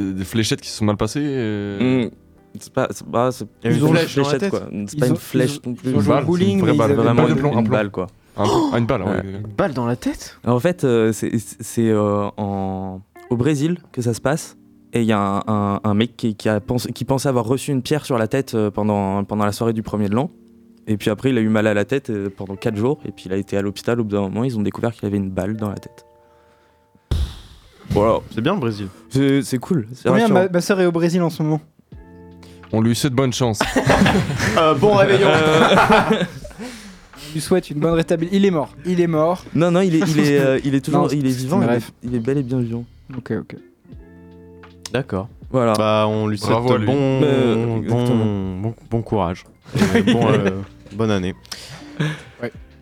Speaker 5: euh, des fléchettes qui se sont mal passées. euh,
Speaker 6: Mm. C'est pas, c'est pas, c'est
Speaker 4: Il y a
Speaker 6: ils
Speaker 4: une
Speaker 6: ont
Speaker 4: flèche dans la
Speaker 6: fléchette,
Speaker 4: tête.
Speaker 6: quoi. C'est
Speaker 3: Ils
Speaker 6: pas
Speaker 3: ont-
Speaker 6: une flèche
Speaker 3: ils ont-
Speaker 6: non plus.
Speaker 3: ils ont
Speaker 5: Une
Speaker 3: joué au
Speaker 5: balle, c'est une
Speaker 3: bowling,
Speaker 5: vraie
Speaker 3: mais ils
Speaker 5: balle,
Speaker 3: avaient
Speaker 5: vraiment
Speaker 3: pas
Speaker 6: Vraiment
Speaker 5: de
Speaker 3: de-
Speaker 5: plomb.
Speaker 6: une,
Speaker 5: un
Speaker 6: une balle, quoi.
Speaker 5: un- ah, une balle, ouais.
Speaker 6: Ouais.
Speaker 4: Une balle dans la tête
Speaker 6: En fait, euh, c'est c'est, euh, en- au Brésil que ça se passe. Et il y a un, un- un mec qui, qui, a pensé- qui pensait avoir reçu une pierre sur la tête euh, pendant, pendant la soirée du premier de l'an. Et puis après, il a eu mal à la tête euh, pendant 4 jours. Et puis il a été à l'hôpital. Au bout d'un moment, ils ont découvert qu'il avait une balle dans la tête. Voilà.
Speaker 4: C'est bien le Brésil.
Speaker 6: C'est c'est cool. c'est
Speaker 3: Combien
Speaker 6: rassurant.
Speaker 3: ma, ma soeur est au Brésil en ce moment
Speaker 5: On lui souhaite bonne chance.
Speaker 4: bon réveillon
Speaker 3: Je lui souhaite une bonne rétablissement. Il est mort. Il est mort.
Speaker 6: Non, non, il est, il est, euh, il est toujours
Speaker 3: Non,
Speaker 6: il est vivant.
Speaker 3: mais
Speaker 6: Il est,
Speaker 3: bref.
Speaker 6: il est bel et bien vivant.
Speaker 3: Ok, ok.
Speaker 4: D'accord.
Speaker 6: Voilà.
Speaker 4: Bah, on lui souhaite
Speaker 5: Bravo
Speaker 4: bon,
Speaker 5: à lui.
Speaker 6: Euh,
Speaker 4: bon,
Speaker 6: exactement.
Speaker 4: bon, bon courage. Et bon, euh, bonne année.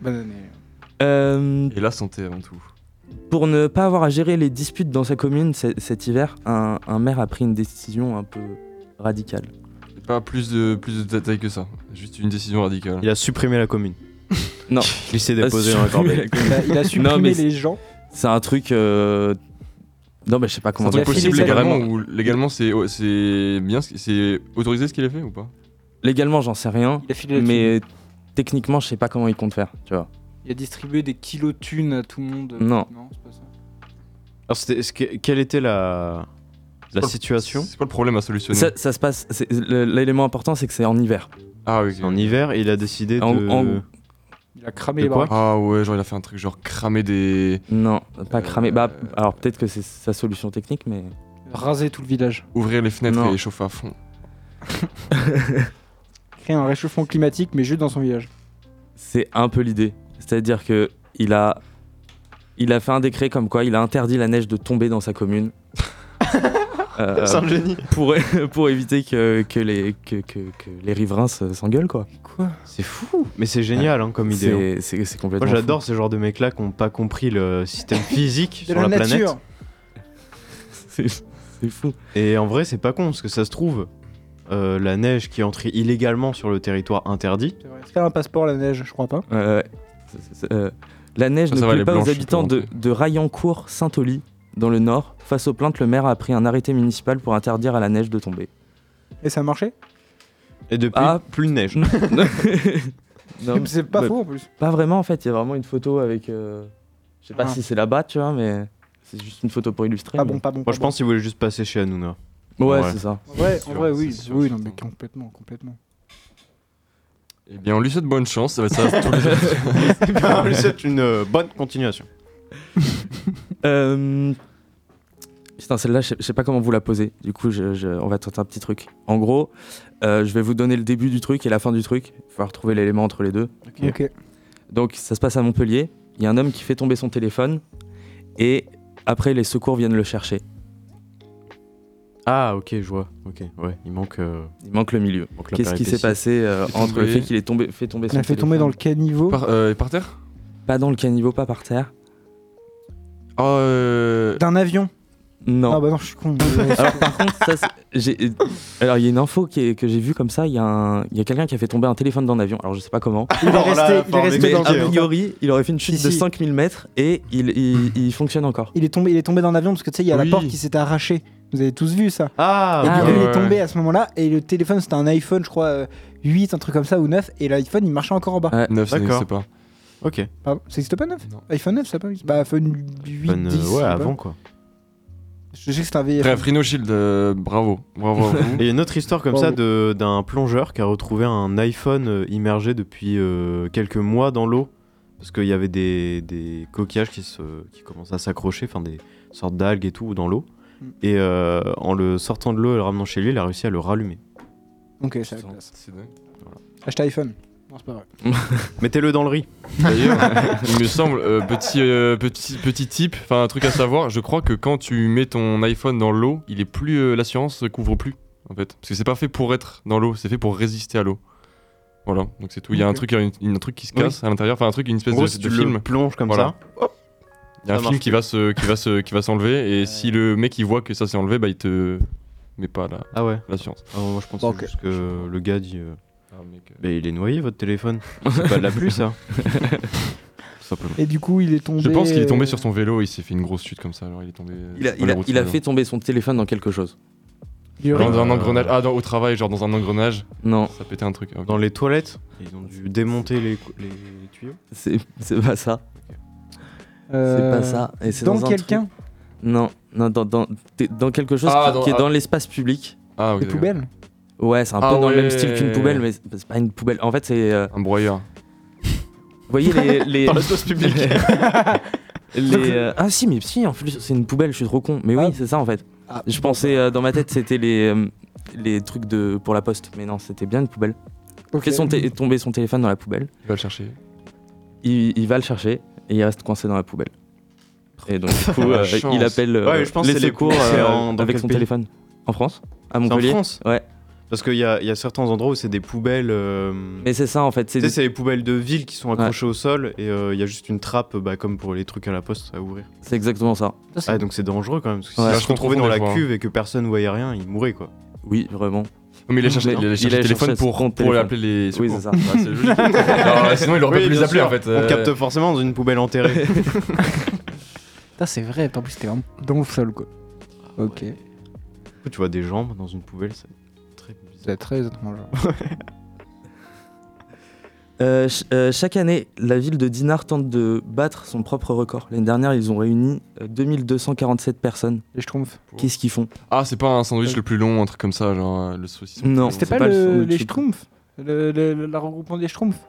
Speaker 3: Bonne année.
Speaker 6: Euh,
Speaker 5: Et la santé avant tout.
Speaker 6: Pour ne pas avoir à gérer les disputes dans sa commune c- cet hiver, un, un maire a pris une décision un peu radicale.
Speaker 5: Pas plus de, plus de détails que ça. Juste une décision radicale.
Speaker 4: Il a supprimé la commune.
Speaker 6: Non.
Speaker 4: Il s'est déposé
Speaker 6: Ah,
Speaker 4: dans la corbeille.
Speaker 3: Il a, il a supprimé
Speaker 6: Non, mais c'est-
Speaker 3: les gens.
Speaker 6: C'est un truc. euh, Non, mais je sais pas
Speaker 5: C'est
Speaker 6: comment
Speaker 5: un truc
Speaker 3: il a filé
Speaker 5: possible
Speaker 3: ça
Speaker 5: légalement
Speaker 6: Légalement,
Speaker 5: ou légalement c'est oh, c'est bien ce- c'est autorisé ce qu'il a fait ou pas
Speaker 6: légalement, j'en sais rien.
Speaker 3: Il a filé la
Speaker 6: Mais euh, techniquement, je sais pas comment il compte faire, tu vois.
Speaker 3: thune. Il a distribué des kilos de thunes à tout le monde.
Speaker 6: Non.
Speaker 3: c'est pas ça.
Speaker 4: Alors, c'était- ce que- quelle était la, la
Speaker 6: Oh.
Speaker 5: pas le-
Speaker 4: situation
Speaker 5: C'est quoi le problème à solutionner
Speaker 6: Ça, ça se passe. c'est- le- L'élément important, c'est que c'est en hiver.
Speaker 5: Ah oui. ok.
Speaker 4: En hiver, il a décidé
Speaker 6: En-
Speaker 4: de.
Speaker 6: en-
Speaker 3: Il a cramé
Speaker 4: De
Speaker 3: les
Speaker 4: quoi
Speaker 3: baraques.
Speaker 5: Ah ouais, genre il a fait un truc genre cramer des
Speaker 6: Non, pas
Speaker 5: Euh,
Speaker 6: cramé. Bah, alors peut-être que c'est sa solution technique, mais.
Speaker 3: Raser tout le village.
Speaker 5: ouvrir les fenêtres
Speaker 6: Non.
Speaker 5: et chauffer à fond.
Speaker 3: Créer un réchauffement climatique, mais juste dans son village.
Speaker 6: C'est un peu l'idée. C'est-à-dire que il a, il a fait un décret comme quoi il a interdit la neige de tomber dans sa commune. Euh,
Speaker 4: C'est un génie.
Speaker 6: pour, pour éviter que, que, les, que, que- que les riverains se- s'engueulent, quoi.
Speaker 3: Quoi
Speaker 4: C'est fou. Mais c'est génial hein, comme idée. hein.
Speaker 6: C'est c'est- c'est complètement.
Speaker 4: Moi j'adore
Speaker 6: fou.
Speaker 4: ces genres de mecs là qui n'ont pas compris le système physique
Speaker 3: De
Speaker 4: sur la, planète.
Speaker 3: nature.
Speaker 6: C'est c'est fou.
Speaker 4: Et en vrai c'est pas con parce que ça se trouve, euh, la neige qui entre illégalement sur le territoire interdit,
Speaker 3: C'est vrai. Est-ce qu'elle a un passeport, la neige Je crois pas.
Speaker 6: Ouais, ouais. C'est- c'est- euh, la neige
Speaker 5: Ça,
Speaker 6: ne
Speaker 5: ça va,
Speaker 6: plaît
Speaker 5: les
Speaker 6: pas
Speaker 5: blanches,
Speaker 6: aux
Speaker 5: tu peux
Speaker 6: habitants de,
Speaker 5: rentrer.
Speaker 6: de Raillancourt-Saint-Oly, dans le nord. Face aux plaintes, le maire a pris un arrêté municipal pour interdire à la neige de tomber.
Speaker 3: Et ça a marché
Speaker 4: et depuis
Speaker 6: Ah.
Speaker 4: plus de neige.
Speaker 6: Non.
Speaker 3: C'est pas
Speaker 6: Bah,
Speaker 3: faux en plus.
Speaker 6: Pas vraiment en fait, il y a vraiment une photo avec. euh, Je sais pas
Speaker 3: Ah.
Speaker 6: si c'est là-bas, tu vois, mais c'est juste une photo pour illustrer.
Speaker 3: Pas
Speaker 6: mais-
Speaker 3: Ah bon, pas bon.
Speaker 4: Moi
Speaker 3: pas
Speaker 4: je
Speaker 3: bon.
Speaker 4: pense qu'ils voulaient juste passer chez Hanouna.
Speaker 6: Ouais,
Speaker 4: Ouais.
Speaker 6: c'est ça.
Speaker 3: En vrai,
Speaker 5: C'est
Speaker 3: en vrai
Speaker 5: sûr,
Speaker 3: oui.
Speaker 5: c'est sûr,
Speaker 3: oui,
Speaker 5: c'est
Speaker 3: non, mais
Speaker 5: certain.
Speaker 3: complètement, complètement.
Speaker 5: Eh bien, on lui souhaite bonne chance, ça va être ça tous les
Speaker 6: Ah,
Speaker 4: On lui souhaite une euh, bonne continuation.
Speaker 6: Euh... Putain, celle-là, je sais- je sais pas comment vous la poser. Du coup, je- je- on va tenter un petit truc. En gros, euh, je vais vous donner le début du truc et la fin du truc. Il va retrouver l'élément entre les deux.
Speaker 3: Ok.
Speaker 6: Donc, ça se passe à Montpellier. Il y a un homme qui fait tomber son téléphone et après, les secours viennent le chercher.
Speaker 4: Ah ok je vois. Ok ouais il manque. euh,
Speaker 6: Il manque le milieu.
Speaker 4: il manque la
Speaker 6: Qu'est-ce qui s'est
Speaker 4: péripétie.
Speaker 6: passé euh,
Speaker 5: Il est
Speaker 6: entre le
Speaker 5: tombé.
Speaker 6: fait qu'il ait tombé, fait tomber
Speaker 3: On
Speaker 6: son
Speaker 3: a fait tomber dans le
Speaker 6: téléphone
Speaker 3: caniveau.
Speaker 5: par, euh, par terre
Speaker 6: Pas dans le caniveau, pas par terre.
Speaker 5: Ah, euh,
Speaker 3: D'un avion.
Speaker 6: Non.
Speaker 3: Ah bah non, je suis con.
Speaker 6: Alors par contre, ça, c'est- j'ai- alors il y a une info qui est- que j'ai vue comme ça. Il y a, un- il y a quelqu'un qui a fait tomber un téléphone dans un avion. Alors je sais pas comment.
Speaker 3: Il est resté, il est resté
Speaker 6: Mais
Speaker 3: Ah, dans
Speaker 6: a
Speaker 3: le hein. avion.
Speaker 6: priori, il aurait fait une chute
Speaker 3: Si,
Speaker 6: de
Speaker 3: si.
Speaker 6: 5000 mètres et il, il- il fonctionne encore.
Speaker 3: Il est tombé, il est tombé dans l'avion parce que tu sais, il y a
Speaker 6: Oui.
Speaker 3: la porte qui s'était arrachée. Vous avez tous vu ça.
Speaker 4: Ah,
Speaker 3: Et du
Speaker 6: Ah,
Speaker 3: coup,
Speaker 6: ouais,
Speaker 3: il est
Speaker 6: ouais.
Speaker 3: tombé à ce moment-là et le téléphone c'était un iPhone, je crois euh, 8, un truc comme ça ou 9 et l'iPhone il marchait encore en bas.
Speaker 6: Ouais.
Speaker 5: Neuf, ça
Speaker 4: D'accord.
Speaker 5: n'existe pas.
Speaker 4: Ok.
Speaker 3: Pardon, ça existe pas 9 iPhone 9 ça pas Bah iPhone 8
Speaker 4: Ben, euh,
Speaker 3: 10. je sais
Speaker 4: ouais,
Speaker 3: pas.
Speaker 4: avant quoi.
Speaker 3: Je sais que c'était un vieil
Speaker 5: Bref,
Speaker 3: iPhone.
Speaker 5: Rhino Shield, euh, bravo. Bravo à vous.
Speaker 4: Et il y a une autre histoire comme ça
Speaker 3: Bravo.
Speaker 4: de- d'un plongeur qui a retrouvé un iPhone euh, immergé depuis euh, quelques mois dans l'eau. Parce qu'il y avait des, des coquillages qui, se, qui commençaient à s'accrocher, enfin des sortes d'algues et tout dans l'eau.
Speaker 3: Mm.
Speaker 4: Et euh, en le sortant de l'eau et le ramenant chez lui, il a réussi à le rallumer.
Speaker 3: OK, c'est la classe.
Speaker 5: C'est dingue.
Speaker 3: Achetez iPhone. Non, c'est pas vrai.
Speaker 4: Mettez-le dans le riz.
Speaker 5: D'ailleurs, il me semble, euh, petit, euh, petit, petit tip, enfin un truc à savoir, je crois que quand tu mets ton iPhone dans l'eau, il est plus, euh, l'assurance couvre plus, en fait. Parce que c'est pas fait pour être dans l'eau, c'est fait pour résister à l'eau. Voilà, donc c'est tout. Il y a un
Speaker 3: Ok.
Speaker 5: truc, il y a une- une- un truc qui se
Speaker 4: Oui.
Speaker 5: casse à l'intérieur, enfin un truc, une
Speaker 4: En
Speaker 5: espèce
Speaker 4: gros,
Speaker 5: de,
Speaker 4: si
Speaker 5: de
Speaker 4: tu le
Speaker 5: film.
Speaker 4: plonges comme
Speaker 5: Voilà.
Speaker 4: ça.
Speaker 5: Il y a un
Speaker 4: ça
Speaker 5: film
Speaker 4: marche.
Speaker 5: qui va se, qui va se, qui va s'enlever, et si le mec il voit que ça s'est enlevé, bah il te met pas la-
Speaker 4: Ah ouais.
Speaker 5: l'assurance.
Speaker 4: Ah, moi je pensais
Speaker 3: Ok.
Speaker 4: juste que le gars dit euh,
Speaker 5: Ah, mec,
Speaker 4: Bah, il est noyé votre téléphone. C'est pas de la pluie ça.
Speaker 5: tout simplement.
Speaker 3: Et du coup, il est tombé
Speaker 5: Je pense qu'il est tombé
Speaker 3: euh,
Speaker 5: sur son vélo, il s'est fait une grosse chute comme ça, alors il est tombé. euh,
Speaker 6: Il a,
Speaker 5: dans
Speaker 6: il
Speaker 5: les
Speaker 6: a-
Speaker 5: routes
Speaker 6: il a
Speaker 5: sans vélo.
Speaker 6: fait tomber son téléphone dans quelque chose.
Speaker 3: il est-
Speaker 5: Dans un
Speaker 4: Euh,
Speaker 5: engrenage. Ah, dans- au travail, genre dans un engrenage.
Speaker 6: Non,
Speaker 5: Ça pétait un truc. ah, ok.
Speaker 4: Dans les toilettes, ils ont dû démonter les, cou- les tuyaux.
Speaker 6: c'est c'est pas ça. C'est
Speaker 3: euh,
Speaker 6: pas ça. Et c'est
Speaker 3: Dans
Speaker 6: un
Speaker 3: quelqu'un,
Speaker 6: truc- Non, non, dans, dans, t'es- dans quelque chose
Speaker 5: Ah,
Speaker 6: qui,
Speaker 5: dans-
Speaker 6: qui est
Speaker 5: ah.
Speaker 6: dans l'espace public.
Speaker 5: Ah, ok,
Speaker 3: les
Speaker 5: d'accord.
Speaker 3: poubelles.
Speaker 6: Ouais, c'est un
Speaker 5: Ah
Speaker 6: peu dans le
Speaker 5: ouais.
Speaker 6: même style qu'une poubelle, mais c'est c'est pas une poubelle. En fait, c'est. euh,
Speaker 5: Un broyeur.
Speaker 6: vous voyez les. les...
Speaker 5: l'espace public.
Speaker 6: les, euh, Ah si, mais si, en plus, c'est une poubelle, je suis trop con. Mais oui,
Speaker 3: Ah.
Speaker 6: c'est ça en fait.
Speaker 3: Ah,
Speaker 6: Je pensais, euh, dans ma tête, c'était les, euh, les trucs de, pour la poste. Mais non, c'était bien une poubelle.
Speaker 3: Ok.
Speaker 6: Fait son té- tomber son téléphone dans la poubelle.
Speaker 5: Il va le chercher.
Speaker 6: Il, il va le chercher et il reste coincé dans la poubelle. Et donc, du coup,
Speaker 5: La
Speaker 6: euh,
Speaker 5: chance.
Speaker 6: il appelle euh,
Speaker 4: Ouais, je pense que
Speaker 6: les
Speaker 4: c'est les-
Speaker 6: secours
Speaker 4: c'est
Speaker 6: euh,
Speaker 4: en- dans
Speaker 6: avec
Speaker 4: quel
Speaker 6: son
Speaker 4: pays
Speaker 6: téléphone. En France À
Speaker 4: C'est en
Speaker 6: Montpellier
Speaker 4: France
Speaker 6: Ouais.
Speaker 4: Parce qu'il y a, il y a certains endroits où c'est des poubelles. euh,
Speaker 6: Mais c'est ça en fait.
Speaker 4: tu
Speaker 6: C'est
Speaker 4: sais, c'est les poubelles de ville qui sont accrochées au sol et euh, il y a juste une trappe bah, comme pour les trucs à la poste à ouvrir.
Speaker 6: c'est exactement ça.
Speaker 3: Ça, c'est-
Speaker 4: Ah, donc c'est dangereux quand même. Parce que
Speaker 6: Ouais.
Speaker 4: si
Speaker 5: Là,
Speaker 4: je
Speaker 5: je
Speaker 4: se retrouvais
Speaker 5: comprends
Speaker 4: dans la
Speaker 5: des fois, hein.
Speaker 4: cuve et que personne voyait rien, il mourrait quoi.
Speaker 6: Oui, vraiment.
Speaker 5: Non, mais il a cherché,
Speaker 6: Mais
Speaker 5: il a
Speaker 6: non,
Speaker 5: cherché
Speaker 6: il a
Speaker 5: le téléphone
Speaker 6: cherché
Speaker 5: pour,
Speaker 6: son
Speaker 5: pour
Speaker 6: téléphone.
Speaker 5: appeler les.
Speaker 6: Oui,
Speaker 5: secours.
Speaker 6: c'est ça.
Speaker 4: Ah,
Speaker 5: Bah, c'est logique. Alors, sinon, il aurait pas
Speaker 4: Oui,
Speaker 5: pu les
Speaker 4: bien
Speaker 5: appeler
Speaker 4: sûr.
Speaker 5: en
Speaker 6: Bah,
Speaker 5: fait.
Speaker 4: On
Speaker 5: euh,
Speaker 4: capte forcément dans une poubelle enterrée.
Speaker 3: Putain, c'est vrai, en plus, c'était vraiment Ah, dans le sol quoi. Ok,
Speaker 4: Du coup, tu vois des jambes dans une poubelle, c'est très bizarre.
Speaker 3: c'est très étrange.
Speaker 6: Euh, ch- euh, chaque année, la ville de Dinard tente de battre son propre record. L'année dernière, ils ont réuni euh, 2247 personnes.
Speaker 3: Les schtroumpfs.
Speaker 6: Qu'est-ce qu'ils font
Speaker 5: Ah, c'est pas un sandwich le plus long, un truc comme ça, genre euh, le saucisson.
Speaker 6: Non.
Speaker 5: le plus long,
Speaker 3: C'était
Speaker 6: c'est
Speaker 3: pas,
Speaker 6: pas le-
Speaker 3: le,
Speaker 6: le
Speaker 3: les
Speaker 6: truc.
Speaker 3: Schtroumpfs le, le- le- La regroupement des Schtroumpfs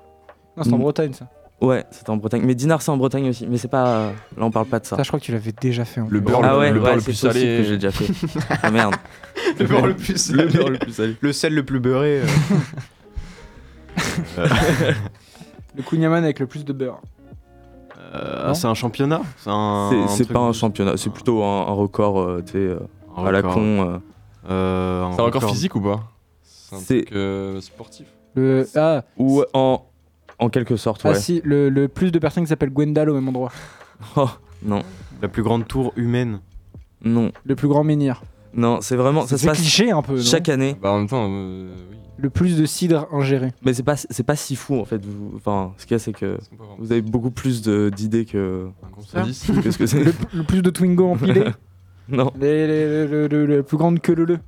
Speaker 3: Non, c'est en
Speaker 6: Mm.
Speaker 3: Bretagne ça.
Speaker 6: Ouais, c'était en Bretagne. Mais Dinard, c'est en Bretagne aussi. Mais c'est pas. euh, Là, on parle pas de ça.
Speaker 3: Ça, je crois que tu l'avais déjà fait. hein. en
Speaker 5: Le
Speaker 3: fait.
Speaker 5: beurre,
Speaker 6: ah
Speaker 5: le-
Speaker 6: ouais,
Speaker 5: le beurre
Speaker 6: ouais,
Speaker 5: le
Speaker 6: c'est
Speaker 5: plus
Speaker 6: possible
Speaker 5: salé.
Speaker 6: que j'ai déjà fait. ah merde.
Speaker 4: Le beurre le plus salé.
Speaker 6: Le beurre le plus salé.
Speaker 4: Le sel le plus beurré. euh.
Speaker 3: Le Kunyaman avec le plus de beurre.
Speaker 4: Euh,
Speaker 3: Non
Speaker 4: c'est un championnat C'est un-
Speaker 6: C'est-
Speaker 4: un
Speaker 6: C'est
Speaker 4: truc-
Speaker 6: pas un championnat, c'est plutôt un, un record, euh, tu sais, euh,
Speaker 4: un
Speaker 6: à la
Speaker 4: record.
Speaker 6: con.
Speaker 4: Euh,
Speaker 5: C'est un record physique ou pas C'est un
Speaker 6: C'est-
Speaker 5: truc euh, sportif.
Speaker 3: Le, ah,
Speaker 6: euh, ou en, en quelque sorte,
Speaker 3: ah
Speaker 6: ouais.
Speaker 3: si, le, le plus de personnes qui s'appellent Gwendal au même endroit.
Speaker 6: Oh, non,
Speaker 4: La plus grande tour humaine.
Speaker 6: non,
Speaker 3: Le plus grand menhir.
Speaker 6: non, c'est vraiment, ça se
Speaker 3: C'est
Speaker 6: passe
Speaker 3: cliché un peu. non
Speaker 6: chaque année,
Speaker 5: Bah, en même temps, euh, oui.
Speaker 3: Le plus de cidre ingéré.
Speaker 6: mais c'est pas, c'est pas si fou en fait. vous- Enfin, ce qu'il y a, c'est que
Speaker 5: C'est pas vraiment
Speaker 6: vous avez beaucoup plus de- d'idées que.
Speaker 5: un gros
Speaker 4: Ça
Speaker 5: service.
Speaker 6: que ce que c'est.
Speaker 3: Le, le plus de Twingo empilé.
Speaker 6: Non,
Speaker 3: les, les- le, le- le plus grande que le le.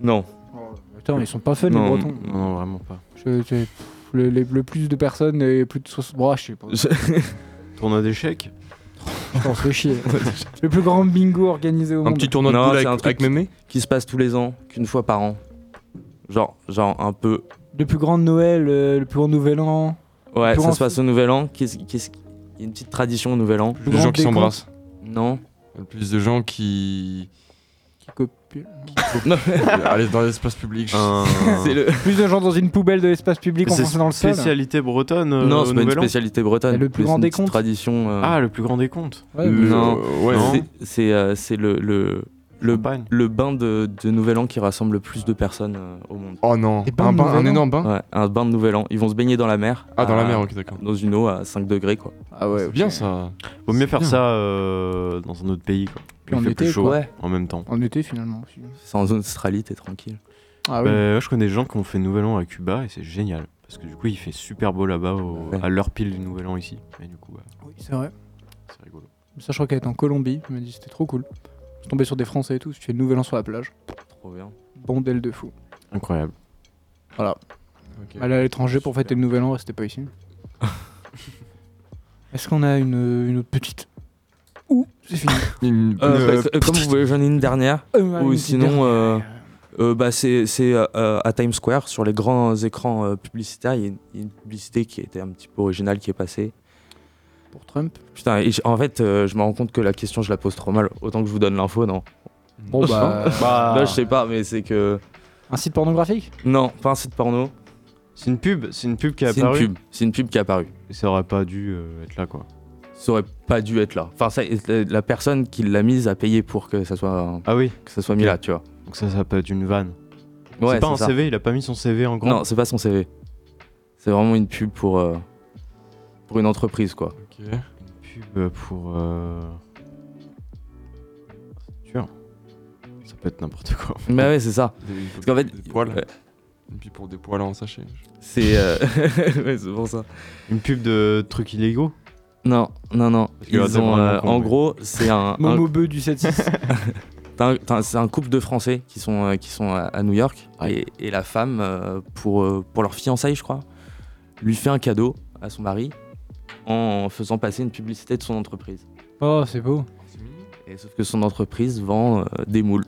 Speaker 6: non,
Speaker 3: Putain, ils sont pas fun
Speaker 6: non,
Speaker 3: les Bretons.
Speaker 4: Non, non, vraiment pas.
Speaker 3: Je- je- le, les- le plus de personnes et plus de 60 bras, je sais pas.
Speaker 6: Je-
Speaker 4: Tournoi d'échecs
Speaker 3: Putain, on se fait chier. le plus grand bingo organisé au
Speaker 5: Un
Speaker 3: monde.
Speaker 5: petit tournoi de
Speaker 6: Non,
Speaker 5: boules
Speaker 6: c'est
Speaker 5: avec,
Speaker 6: un truc
Speaker 5: avec
Speaker 6: qui-
Speaker 5: mémé
Speaker 6: qui se passe tous les ans, qu'une fois par an. Genre, genre un peu.
Speaker 3: Le plus grand Noël, euh, le plus grand Nouvel An.
Speaker 6: Ouais,
Speaker 3: Plus
Speaker 6: ça
Speaker 3: en-
Speaker 6: se passe au Nouvel An. Qu'est-ce, qu'est-ce... Il y a une petite tradition au Nouvel An.
Speaker 5: Plus de gens qui s'embrassent.
Speaker 6: Non.
Speaker 5: Le plus de gens qui.
Speaker 6: Non,
Speaker 5: Allez, dans l'espace public. je-
Speaker 4: Un-
Speaker 6: c'est le-
Speaker 3: Plus de gens dans une poubelle de l'espace public
Speaker 4: Mais c'est
Speaker 3: enfoncés dans le sol.
Speaker 4: spécialité bretonne euh,
Speaker 6: non,
Speaker 4: au
Speaker 6: c'est pas une
Speaker 4: Nouvel An
Speaker 6: spécialité bretonne.
Speaker 3: Et le plus
Speaker 6: mais
Speaker 3: grand
Speaker 6: c'est une petite
Speaker 3: décompte
Speaker 6: tradition. euh,
Speaker 4: Ah, le plus grand des comptes.
Speaker 3: Ouais,
Speaker 5: Euh,
Speaker 3: mais-
Speaker 6: Non.
Speaker 5: ouais,
Speaker 4: Non.
Speaker 5: c'est-
Speaker 6: c'est, c'est, euh, c'est le, le, le,
Speaker 4: Champagne.
Speaker 6: le bain de, de Nouvel An qui rassemble le plus de personnes euh, au monde.
Speaker 5: Oh non,
Speaker 3: Des bains
Speaker 5: un,
Speaker 3: de
Speaker 5: bain-
Speaker 3: Nouvel
Speaker 5: un
Speaker 3: An.
Speaker 5: énorme bain
Speaker 6: Ouais, un bain de Nouvel An. Ils vont se baigner dans la mer.
Speaker 5: Ah, dans la
Speaker 6: à-
Speaker 5: mer, ok, d'accord.
Speaker 6: Dans une eau à 5 degrés, quoi.
Speaker 3: Ah,
Speaker 5: Ah ouais, bien ça.
Speaker 4: Vaut mieux faire
Speaker 3: bien.
Speaker 4: ça euh, dans un autre pays, quoi.
Speaker 3: Puis en
Speaker 4: Il fait
Speaker 3: été,
Speaker 4: plus chaud
Speaker 3: quoi. Ouais.
Speaker 4: en même temps.
Speaker 3: En été finalement aussi.
Speaker 6: C'est en zone Australie, t'es tranquille.
Speaker 3: Ah oui.
Speaker 4: Bah, moi, je connais des gens qui ont fait Nouvel An à Cuba et c'est génial. Parce que du coup, il fait super beau là-bas au- à l'heure pile du Nouvel An ici. Et du coup, bah,
Speaker 3: C'est vrai.
Speaker 4: c'est rigolo.
Speaker 3: Ça, je crois qu'elle était en Colombie. Elle m'a dit c'était trop cool. Je suis tombé sur des Français et tout. Tu fais le nouvel an sur la plage.
Speaker 6: Trop bien.
Speaker 3: Bondel de fou.
Speaker 4: Incroyable.
Speaker 3: Voilà. Aller à l'étranger pour fêter le nouvel an, restez pas ici. Est-ce qu'on a une, une autre petite Ouh, c'est fini.
Speaker 6: Euh,
Speaker 3: Euh,
Speaker 6: bah, euh, comme vous voulez, j'en ai une dernière.
Speaker 3: Euh, ouais,
Speaker 6: ou
Speaker 3: une
Speaker 6: sinon,
Speaker 3: dernière.
Speaker 6: euh, euh, bah, c'est c'est, euh, euh, à Times Square, sur les grands écrans euh, publicitaires, il y, a une- il y a une publicité qui était un petit peu originale qui est passée.
Speaker 3: Pour Trump
Speaker 6: Putain, et j- en fait, euh, je me rends compte que la question, je la pose trop mal. Autant que je vous donne l'info, non
Speaker 3: Bon, bah,
Speaker 4: Ah.
Speaker 6: Là, je sais pas, mais c'est que.
Speaker 3: Un site pornographique
Speaker 6: Non, pas un site porno.
Speaker 4: C'est une pub, c'est une pub qui est
Speaker 6: C'est une
Speaker 4: apparue.
Speaker 6: pub. C'est une pub qui est apparue.
Speaker 4: Et ça aurait pas dû euh, être là, quoi.
Speaker 6: Ça aurait pas dû être là. Enfin, ça, la la personne qui l'a mise a payé pour que ça soit,
Speaker 4: Ah oui.
Speaker 6: que ça soit mis là, tu vois.
Speaker 4: Donc ça, ça peut être une vanne.
Speaker 6: Ouais,
Speaker 4: c'est pas
Speaker 6: c'est
Speaker 4: un
Speaker 6: ça.
Speaker 4: CV, il a pas mis son CV en grand.
Speaker 6: Non, c'est pas son CV. C'est vraiment une pub pour, euh, pour une entreprise, quoi.
Speaker 4: Une pub pour. euh, C'est dur. Ça peut être n'importe quoi. en fait.
Speaker 6: Mais Bah ouais, c'est ça.
Speaker 5: Des-
Speaker 6: Parce qu'en fait,
Speaker 5: des poils.
Speaker 6: ouais,
Speaker 5: Et puis pour des poils en sachet.
Speaker 6: c'est euh, ouais, c'est pour ça.
Speaker 4: Une pub de trucs illégaux
Speaker 6: Non, non, non.
Speaker 4: Parce que là,
Speaker 6: Ils
Speaker 4: t'es
Speaker 6: ont,
Speaker 4: vraiment
Speaker 6: euh,
Speaker 4: con,
Speaker 6: en
Speaker 4: mais-
Speaker 6: gros, c'est un, un-
Speaker 3: Momo Beu du 7-6.
Speaker 6: t'as un- t'as un- c'est un couple de Français qui sont, euh, qui sont à, à New York et, et la femme, euh, pour, euh, pour leur fiançailles, je crois, lui fait un cadeau à son mari en faisant passer une publicité de son entreprise.
Speaker 3: oh, c'est beau.
Speaker 6: Et sauf que son entreprise vend euh, des moules.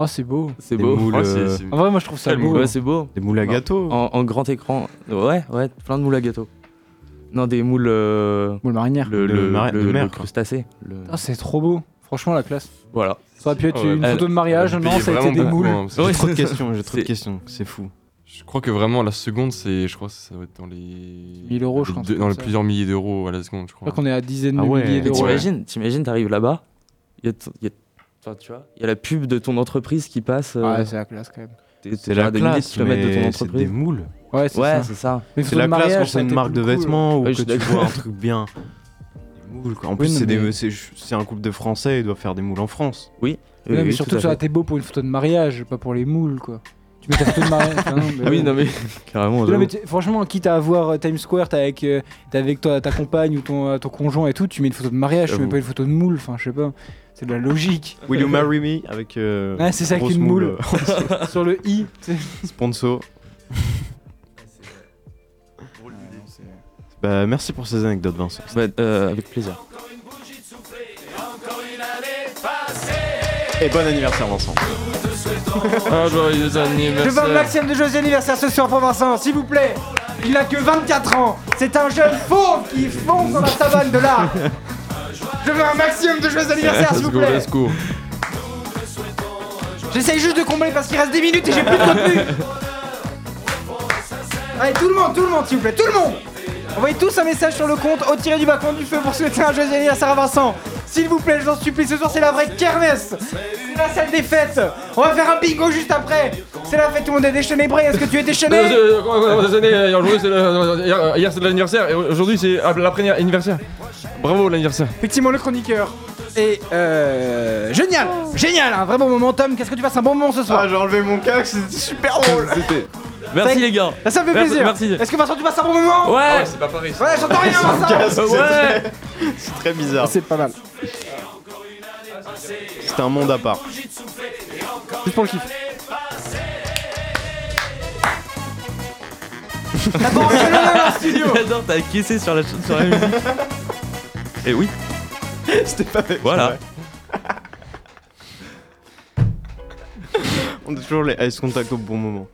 Speaker 3: Oh, c'est beau.
Speaker 6: C'est
Speaker 4: Des
Speaker 6: beau.
Speaker 4: moules,
Speaker 5: Ouais, c'est-
Speaker 4: euh,
Speaker 5: c'est-
Speaker 3: En vrai, moi, je trouve ça
Speaker 5: Quel
Speaker 3: beau.
Speaker 6: Ouais, c'est beau.
Speaker 4: des moules à
Speaker 6: Non.
Speaker 4: gâteau.
Speaker 6: En, en grand écran. Ouais, ouais, plein de moules à gâteau. Non, des moules. euh,
Speaker 3: Moule marinière.
Speaker 6: le,
Speaker 4: De
Speaker 6: le,
Speaker 4: mara-
Speaker 6: le-
Speaker 4: de mer,
Speaker 6: le
Speaker 4: quoi.
Speaker 6: crustacé. le-
Speaker 3: Ah, c'est trop beau. Franchement, la classe.
Speaker 6: Voilà.
Speaker 3: Ça aurait pu être
Speaker 5: Ah ouais,
Speaker 3: une
Speaker 5: bah,
Speaker 3: photo de mariage.
Speaker 5: Vous
Speaker 3: Non,
Speaker 5: payez
Speaker 3: ça a été
Speaker 5: vraiment
Speaker 3: des
Speaker 5: beaucoup,
Speaker 3: moules.
Speaker 5: hein, parce que
Speaker 4: J'ai
Speaker 6: Ouais,
Speaker 4: trop de
Speaker 6: c'est-
Speaker 4: questions, j'ai trop de
Speaker 6: c'est-
Speaker 4: questions, c'est fou.
Speaker 5: Je crois que vraiment la seconde, c'est, je crois, que ça doit être dans les
Speaker 3: 1000 euros, je
Speaker 5: dans
Speaker 3: pense,
Speaker 5: les-
Speaker 3: comme
Speaker 5: dans les
Speaker 3: ça.
Speaker 5: plusieurs milliers d'euros à la seconde, je
Speaker 3: Je crois
Speaker 5: crois.
Speaker 3: qu'on est à dizaines
Speaker 4: Ah
Speaker 3: de
Speaker 4: ouais.
Speaker 3: milliers
Speaker 6: Et
Speaker 3: d'euros.
Speaker 6: t'imagines, t'imagines, t'arrives là-bas, il y a, t- il y a- enfin, tu vois, il y a la pub de ton entreprise qui passe. euh,
Speaker 3: Ouais, c'est la classe quand même.
Speaker 6: t'es- t'es
Speaker 4: C'est la
Speaker 6: à des milliers de
Speaker 4: classe,
Speaker 6: kilomètres de ton
Speaker 4: mais c'est des
Speaker 6: entreprise.
Speaker 4: moules.
Speaker 3: Ouais, c'est
Speaker 6: Ouais,
Speaker 3: ça.
Speaker 6: c'est ça.
Speaker 3: Mais
Speaker 4: C'est
Speaker 3: photo
Speaker 4: la
Speaker 3: de
Speaker 4: classe
Speaker 3: mariage,
Speaker 4: quand
Speaker 3: ça
Speaker 4: c'est
Speaker 3: a
Speaker 4: une
Speaker 3: été
Speaker 4: marque de
Speaker 3: plus cool.
Speaker 4: vêtements
Speaker 6: Ouais,
Speaker 4: ou
Speaker 6: je
Speaker 4: que
Speaker 6: suis
Speaker 4: tu
Speaker 6: d'accord.
Speaker 4: vois un truc bien. Des moules, quoi. En
Speaker 3: Oui,
Speaker 4: plus,
Speaker 3: non,
Speaker 4: c'est des-
Speaker 3: mais-
Speaker 4: c'est c'est un couple de Français, ils doivent faire des moules en France.
Speaker 6: Oui.
Speaker 3: Ouais,
Speaker 6: oui,
Speaker 3: mais
Speaker 6: oui,
Speaker 3: surtout,
Speaker 6: tout à
Speaker 3: ça aurait
Speaker 6: fait.
Speaker 3: été beau pour une photo de mariage, pas pour les moules, quoi. Tu mets ta photo de mariage. enfin, non, mais
Speaker 6: Ah oui,
Speaker 3: ouais.
Speaker 6: non mais carrément.
Speaker 3: Non,
Speaker 6: j'avoue.
Speaker 3: mais tu- franchement, quitte à avoir euh, Times Square, t'es avec, euh, t'es avec toi, ta compagne ou ton, euh, ton conjoint et tout, tu mets une photo de mariage, tu mets
Speaker 6: J'avoue.
Speaker 3: pas une photo de moule, enfin je sais pas, c'est de la logique.
Speaker 4: Will you marry me avec. euh,
Speaker 3: Ouais, c'est ça, avec
Speaker 4: grosse
Speaker 3: une moule.
Speaker 4: euh,
Speaker 3: Sur le i, tu sais.
Speaker 4: Sponsor. Bah, merci pour ces anecdotes, Vincent.
Speaker 6: Bah, euh, avec plaisir.
Speaker 4: Et bon anniversaire, Vincent.
Speaker 5: Ah, joyeux
Speaker 3: Je vends le
Speaker 5: anniversaire.
Speaker 3: maximum de joyeux anniversaire ce soir pour Vincent, s'il vous plaît. Il a que 24 ans, c'est un jeune fauve qui fonce dans la savane de l'art. Je veux un maximum de joyeux anniversaire, s'il vous
Speaker 5: Let's go,
Speaker 3: plaît.
Speaker 5: let's go.
Speaker 3: J'essaye juste de combler parce qu'il reste 10 minutes et j'ai plus de contenu. Allez, tout le monde, tout le monde, s'il vous plaît, tout le monde Envoyez tous un message sur le compte au tiré du bas du feu pour souhaiter un joyeux anniversaire à Vincent. S'il vous plaît, je vous en supplie, ce soir c'est la vraie kermesse. C'est la salle des fêtes. On va faire un bingo juste après. C'est la fête, tout le monde est déchaîné, Bray. Est-ce que tu es
Speaker 5: Euh,
Speaker 3: déchaîné
Speaker 5: Hier c'est l'anniversaire et aujourd'hui c'est ah, l'après anniversaire. Bravo l'anniversaire.
Speaker 3: Effectivement, le chroniqueur. Et euh, génial, génial, un vrai bon moment. Tom, qu'est-ce que tu passes un bon moment ce soir
Speaker 4: Ah, j'ai enlevé mon casque, c'était super drôle.
Speaker 6: Merci les gars.
Speaker 3: Ça me fait
Speaker 6: Merci,
Speaker 3: plaisir.
Speaker 6: merci.
Speaker 3: Est-ce que Vincent, tu passes un bon moment
Speaker 6: Ouais.
Speaker 5: Ah c'est pas pareil.
Speaker 3: Ouais, j'entends rien, Vincent.
Speaker 6: ouais.
Speaker 4: C'est très bizarre.
Speaker 3: C'est pas mal.
Speaker 4: C'est un monde à part.
Speaker 3: Juste pour le kiff. La Barcelona dans le studio
Speaker 6: J'adore, t'as caissé sur la sur la musique. Et oui.
Speaker 4: C'était pas fait.
Speaker 6: Voilà.
Speaker 4: On a toujours les eyes contact au bon moment.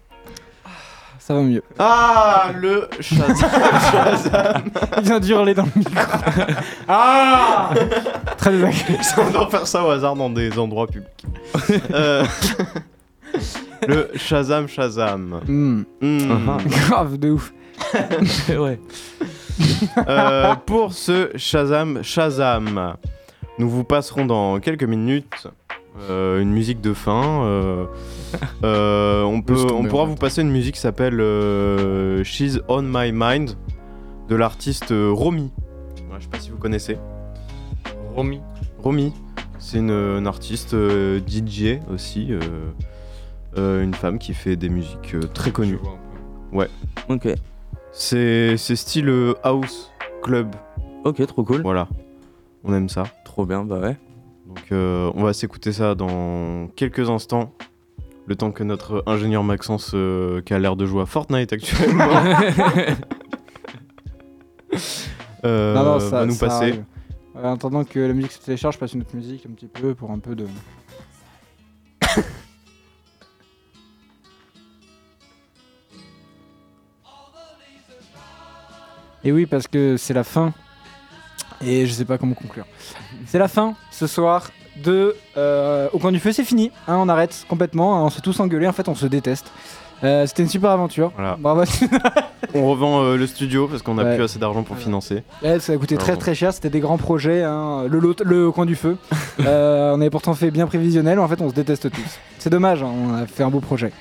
Speaker 3: Ça va mieux.
Speaker 4: Ah, le Shazam.
Speaker 3: Il vient d'hurler dans le micro. ah Très désagréable.
Speaker 4: On doit faire ça au hasard dans des endroits publics. Euh, le Shazam Shazam.
Speaker 3: Hmm,
Speaker 4: Hmm.
Speaker 3: Grave de ouf.
Speaker 6: ouais.
Speaker 4: Euh, pour ce Shazam Shazam, nous vous passerons dans quelques minutes euh, une musique de fin. euh, euh, on, peut,
Speaker 5: Laisse tomber,
Speaker 4: on pourra
Speaker 5: en fait.
Speaker 4: vous passer une musique qui s'appelle euh, She's on My Mind de l'artiste euh, Romy. Ouais, je sais pas si vous connaissez.
Speaker 5: Romy.
Speaker 4: Romy, c'est une, une artiste euh, DJ aussi, euh, euh, une femme qui fait des musiques euh, très connues. Ouais.
Speaker 6: Ok.
Speaker 4: C'est c'est style euh, house club.
Speaker 6: Ok, trop cool.
Speaker 4: Voilà, on aime ça.
Speaker 6: Trop bien, bah ouais.
Speaker 4: Donc euh, on va s'écouter ça dans quelques instants. Le temps que notre ingénieur Maxence, euh, qui a l'air de jouer à Fortnite actuellement, euh,
Speaker 3: Non, non, ça-
Speaker 4: va nous
Speaker 3: ça
Speaker 4: passer.
Speaker 3: arrive. Euh, En attendant que la musique se télécharge, je passe une autre musique un petit peu pour un peu de. Et oui, parce que c'est la fin. Et je sais pas comment conclure. C'est la fin ce soir de euh, Au coin du feu, c'est fini. hein, on arrête complètement. hein, on s'est tous engueulés. En fait, on se déteste. Euh, C'était une super aventure.
Speaker 4: Voilà.
Speaker 3: Bravo.
Speaker 4: On revend euh, le studio parce qu'on n'a
Speaker 3: Ouais.
Speaker 4: plus assez d'argent pour financer.
Speaker 3: Ouais, ça a coûté
Speaker 4: Alors
Speaker 3: très
Speaker 4: Ah bon.
Speaker 3: très cher, c'était des grands projets, hein. le, lot- le coin du feu. Euh, on avait pourtant fait bien prévisionnel, en fait on se déteste tous. C'est dommage, hein, on a fait un beau projet.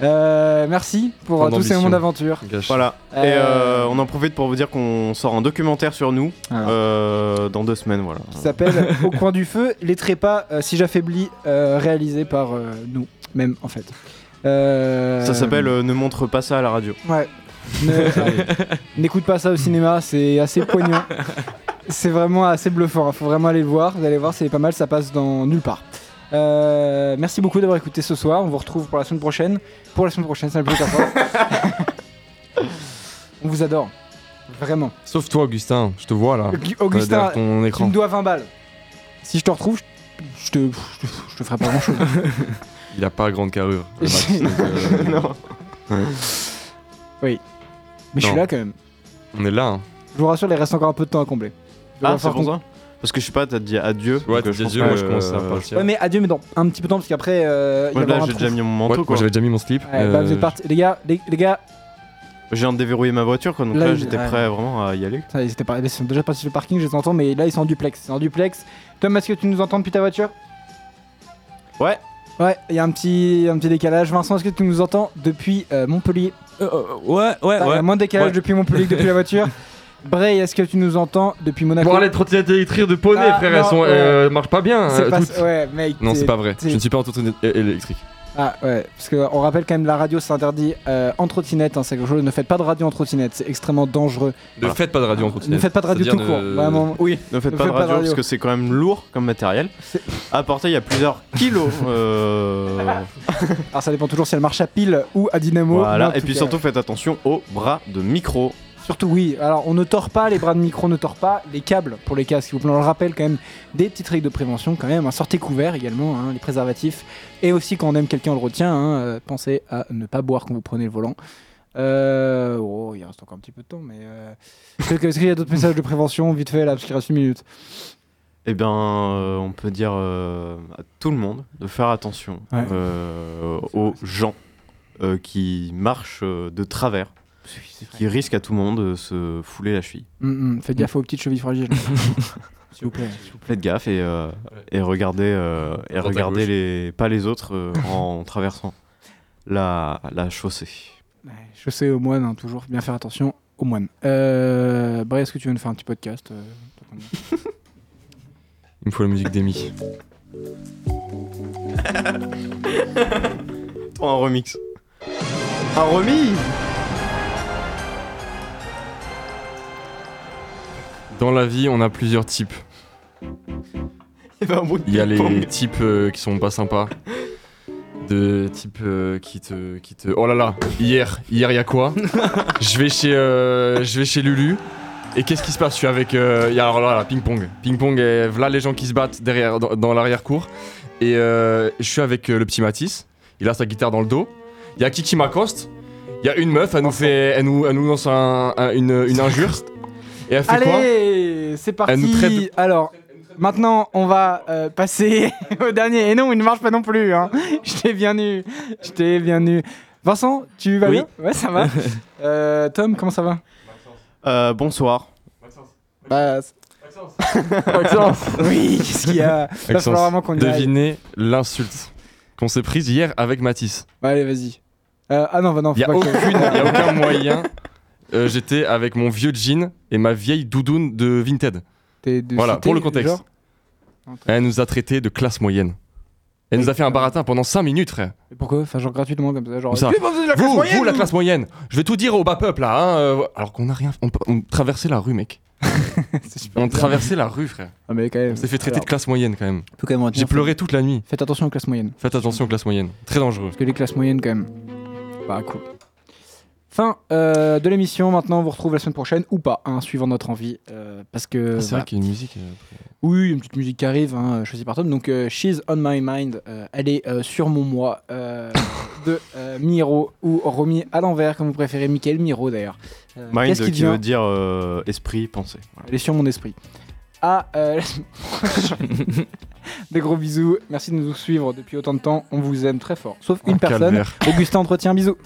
Speaker 3: Euh, merci pour
Speaker 5: Tant
Speaker 3: euh, tous ces
Speaker 5: d'ambition.
Speaker 3: moments d'aventure.
Speaker 5: Gâche.
Speaker 4: Voilà.
Speaker 3: Euh,
Speaker 4: Et euh, on en profite pour vous dire qu'on sort un documentaire sur nous
Speaker 3: Alors.
Speaker 4: euh, dans deux semaines. Voilà.
Speaker 3: qui Ah. s'appelle Au coin du feu, les trépas euh, si j'affaiblis, euh, réalisé par euh, nous, même en fait. Euh,
Speaker 4: Ça s'appelle euh, Ne montre pas ça à la radio.
Speaker 3: Ouais. Ne- N'écoute pas ça au cinéma, c'est assez poignant. c'est vraiment assez bluffant, hein. faut vraiment aller le voir. Vous allez voir, c'est pas mal, ça passe dans nulle part. Euh, merci beaucoup d'avoir écouté ce soir. On vous retrouve pour la semaine prochaine. Pour la semaine prochaine, c'est le plus important. On vous adore. Vraiment.
Speaker 5: Sauf toi, Augustin, je te vois là. Euh,
Speaker 3: Gu-
Speaker 5: derrière
Speaker 3: Euh, Augustin,
Speaker 5: ton
Speaker 3: tu
Speaker 5: écran.
Speaker 3: me dois 20 balles. Si je te retrouve, je- je te, je te- je te ferai pas grand chose.
Speaker 5: Il a pas grande carrure. le Max, donc, euh,
Speaker 3: Oui. Mais je suis
Speaker 5: Non.
Speaker 3: là quand même.
Speaker 5: On est là. hein.
Speaker 3: Je vous rassure, il reste encore un peu de temps à combler. Il va
Speaker 4: Ah, c'est
Speaker 3: falloir
Speaker 4: pour
Speaker 3: qu'on-
Speaker 4: ça Parce que je sais pas, t'as dit adieu.
Speaker 5: Ouais,
Speaker 4: donc,
Speaker 5: t'as
Speaker 4: euh,
Speaker 5: dit
Speaker 4: pense
Speaker 5: adieu,
Speaker 4: que,
Speaker 5: moi je commence à
Speaker 4: euh,
Speaker 5: partir.
Speaker 3: Ouais, mais adieu, mais dans un petit peu de temps, parce qu'après, euh, il va
Speaker 4: moi,
Speaker 3: y avoir
Speaker 4: là,
Speaker 3: un
Speaker 4: j'ai
Speaker 3: trou.
Speaker 4: déjà mis mon
Speaker 5: Ouais,
Speaker 4: manteau.
Speaker 5: moi
Speaker 4: quoi.
Speaker 5: j'avais déjà mis mon slip.
Speaker 3: Ouais, bah, vous
Speaker 5: euh,
Speaker 3: êtes partis. Les gars, les, les gars,
Speaker 4: J'ai viens de déverrouiller ma voiture, quoi, donc
Speaker 3: Là,
Speaker 4: là,
Speaker 3: il-
Speaker 4: j'étais
Speaker 3: ouais.
Speaker 4: prêt vraiment à y aller.
Speaker 3: Putain, ils, étaient par- ils sont déjà partis sur le parking, je les entends, mais là ils sont en duplex. C'est en duplex. Tom, est-ce que tu nous entends depuis ta voiture
Speaker 4: Ouais.
Speaker 3: Ouais, il y a un petit, un petit décalage. Vincent, est-ce que tu nous entends depuis euh, Montpellier
Speaker 6: Euh, euh, ouais, ouais,
Speaker 3: Ah, Il y
Speaker 6: ouais.
Speaker 3: a moins de décalage
Speaker 6: Ouais.
Speaker 3: depuis Montpellier que depuis la voiture. Bray, est-ce que tu nous entends depuis Monaco
Speaker 5: Bon, les trottinettes électriques de poney,
Speaker 3: Ah,
Speaker 5: frère,
Speaker 3: non,
Speaker 5: elles sont,
Speaker 3: ouais.
Speaker 5: euh, marchent pas bien.
Speaker 3: C'est
Speaker 5: euh,
Speaker 3: pas-
Speaker 5: toutes.
Speaker 3: Ah, Ouais, mec.
Speaker 5: Non,
Speaker 3: t'es-
Speaker 5: c'est pas vrai.
Speaker 3: t'es-
Speaker 5: Je ne suis pas en trottinette é- électrique.
Speaker 3: Ah ouais, parce qu'on rappelle quand même la radio c'est interdit euh, en trottinette, hein, c'est quelque chose, ne faites pas de radio en trottinette, c'est extrêmement dangereux.
Speaker 5: Ne faites pas de radio en
Speaker 3: Ne
Speaker 5: trottinette.
Speaker 3: faites pas de radio tout
Speaker 5: C'est-à-dire
Speaker 3: court,
Speaker 5: ne-
Speaker 3: vraiment. Oui,
Speaker 4: Ne faites
Speaker 3: Ne
Speaker 4: pas
Speaker 3: faites
Speaker 4: de radio, parce que c'est quand même lourd comme matériel.
Speaker 3: C'est-
Speaker 4: À porter, il y a plusieurs kilos. euh,
Speaker 3: alors ça dépend toujours si elle marche à pile ou à dynamo. mais en
Speaker 4: Voilà. Et
Speaker 3: tout
Speaker 4: puis
Speaker 3: cas,
Speaker 4: surtout, faites attention aux bras de micro.
Speaker 3: Surtout oui, alors on ne tord pas, les bras de micro ne tord pas, les câbles pour les casques, s'il vous plaît, on le rappelle quand même, des petites règles de prévention quand même, hein, sortez couvert également, hein, les préservatifs, et aussi quand on aime quelqu'un on le retient, hein, euh, pensez à ne pas boire quand vous prenez le volant. Euh, oh, il reste encore un petit peu de temps, mais... euh, est-ce que- Est-ce qu'il y a d'autres messages de prévention Vite fait là, parce qu'il reste une minute.
Speaker 4: Eh bien, euh, on peut dire euh, à tout le monde de faire attention
Speaker 3: Ouais.
Speaker 4: euh, aux gens euh, qui marchent euh, de travers, qui risquent à tout le monde de se fouler la cheville.
Speaker 3: Mm, mm, faites gaffe aux petites chevilles fragiles. S'il vous plaît.
Speaker 4: Faites gaffe et, euh, et regardez, euh, et
Speaker 5: Droite à
Speaker 4: regardez
Speaker 5: gauche.
Speaker 4: les, pas les autres euh, en traversant la, la chaussée.
Speaker 3: Ouais, Je sais aux moines, hein, toujours bien faire attention aux moines. Euh, Bray, est-ce que tu veux nous faire un petit podcast euh, tant qu'on y est
Speaker 5: Il me faut la musique d'Emmy.
Speaker 4: Pour un remix. Un remix
Speaker 5: Dans la vie, on a plusieurs types.
Speaker 4: Il y avait un bruit de
Speaker 5: Il y a
Speaker 4: ping-pong.
Speaker 5: les types euh, qui sont pas sympas. De type euh, qui te qui te oh là là hier hier il y a quoi je vais chez euh, je vais chez Lulu et qu'est-ce qui se passe je suis avec euh, il y a alors là, ping pong ping pong et voilà les gens qui se battent derrière dans, dans l'arrière cour et euh, je suis avec euh, le petit Matisse il a sa guitare dans le dos il y a qui qui m'accoste il y a une meuf elle nous fait elle nous elle nous lance un- un- une, une injure et elle fait quoi
Speaker 3: Allez, c'est parti.
Speaker 5: Elle nous traite de-
Speaker 3: Alors, maintenant, on va euh, passer au dernier. Et non, il ne marche pas non plus. hein. Je t'ai bien eu. Je t'ai bien eu. Vincent, tu vas
Speaker 6: Oui.
Speaker 3: bien Ouais, ça va. Euh, Tom, comment ça va
Speaker 4: Euh, bonsoir.
Speaker 3: Bah, Maxence. Bah, oui, qu'est-ce qu'il y a Il va
Speaker 5: Maxence,
Speaker 3: falloir vraiment qu'on y aille.
Speaker 5: Devinez l'insulte qu'on s'est prise hier avec Matisse.
Speaker 3: Ouais, allez, vas-y. Euh, ah non, bah non, faut
Speaker 5: Il y a
Speaker 3: pas que-
Speaker 5: aucune, y a aucun moyen euh, j'étais avec mon vieux jean et ma vieille doudoune de Vinted.
Speaker 3: T'es de
Speaker 5: Voilà,
Speaker 3: cité,
Speaker 5: pour le contexte.
Speaker 3: genre
Speaker 5: Elle nous a traité de classe moyenne. Elle nous a fait un baratin pendant 5 minutes, frère.
Speaker 3: Mais Pourquoi Enfin, genre gratuitement comme ça. Genre,
Speaker 5: Comme ça.
Speaker 3: Eh ben, vous êtes de la classe
Speaker 5: vous,
Speaker 3: moyenne,
Speaker 5: vous, la
Speaker 3: vous
Speaker 5: classe moyenne. Je vais tout dire au bas peuple là. hein, euh, alors qu'on n'a rien. On, on traversait la rue, mec. on traversait la rue, frère.
Speaker 3: Ah, mais quand même.
Speaker 5: On s'est fait traiter
Speaker 3: Alors,
Speaker 5: de classe moyenne quand même.
Speaker 3: faut quand même retenir,
Speaker 5: J'ai
Speaker 3: faut-
Speaker 5: pleuré toute la nuit.
Speaker 3: Faites attention aux classes moyennes.
Speaker 5: Faites attention aux classes moyennes. Très dangereux.
Speaker 3: Parce que les classes moyennes, quand même. Bah, cool. Fin euh, de l'émission. Maintenant, on vous retrouve la semaine prochaine ou pas, hein, suivant notre envie. euh, parce que.
Speaker 5: Ah, c'est
Speaker 3: voilà.
Speaker 5: vrai qu'il y a une musique. euh,
Speaker 3: Oui, une petite musique qui arrive, hein, choisie par Tom. Donc, euh, She's on my mind. euh, elle est euh, sur mon moi euh, de euh, Miro ou Romy à l'envers, comme vous préférez. Michael Miro d'ailleurs. Euh,
Speaker 4: Mind
Speaker 3: Qu'est-ce
Speaker 4: qui
Speaker 3: qu'il devient
Speaker 4: veut dire euh, esprit, pensée. Voilà.
Speaker 3: Elle est sur mon esprit. À euh, la semaine prochaine. Des gros bisous. Merci de nous suivre depuis autant de temps. On vous aime très fort. Sauf
Speaker 5: Oh,
Speaker 3: une personne.
Speaker 5: calvaire.
Speaker 3: Augustin Entretien, bisous.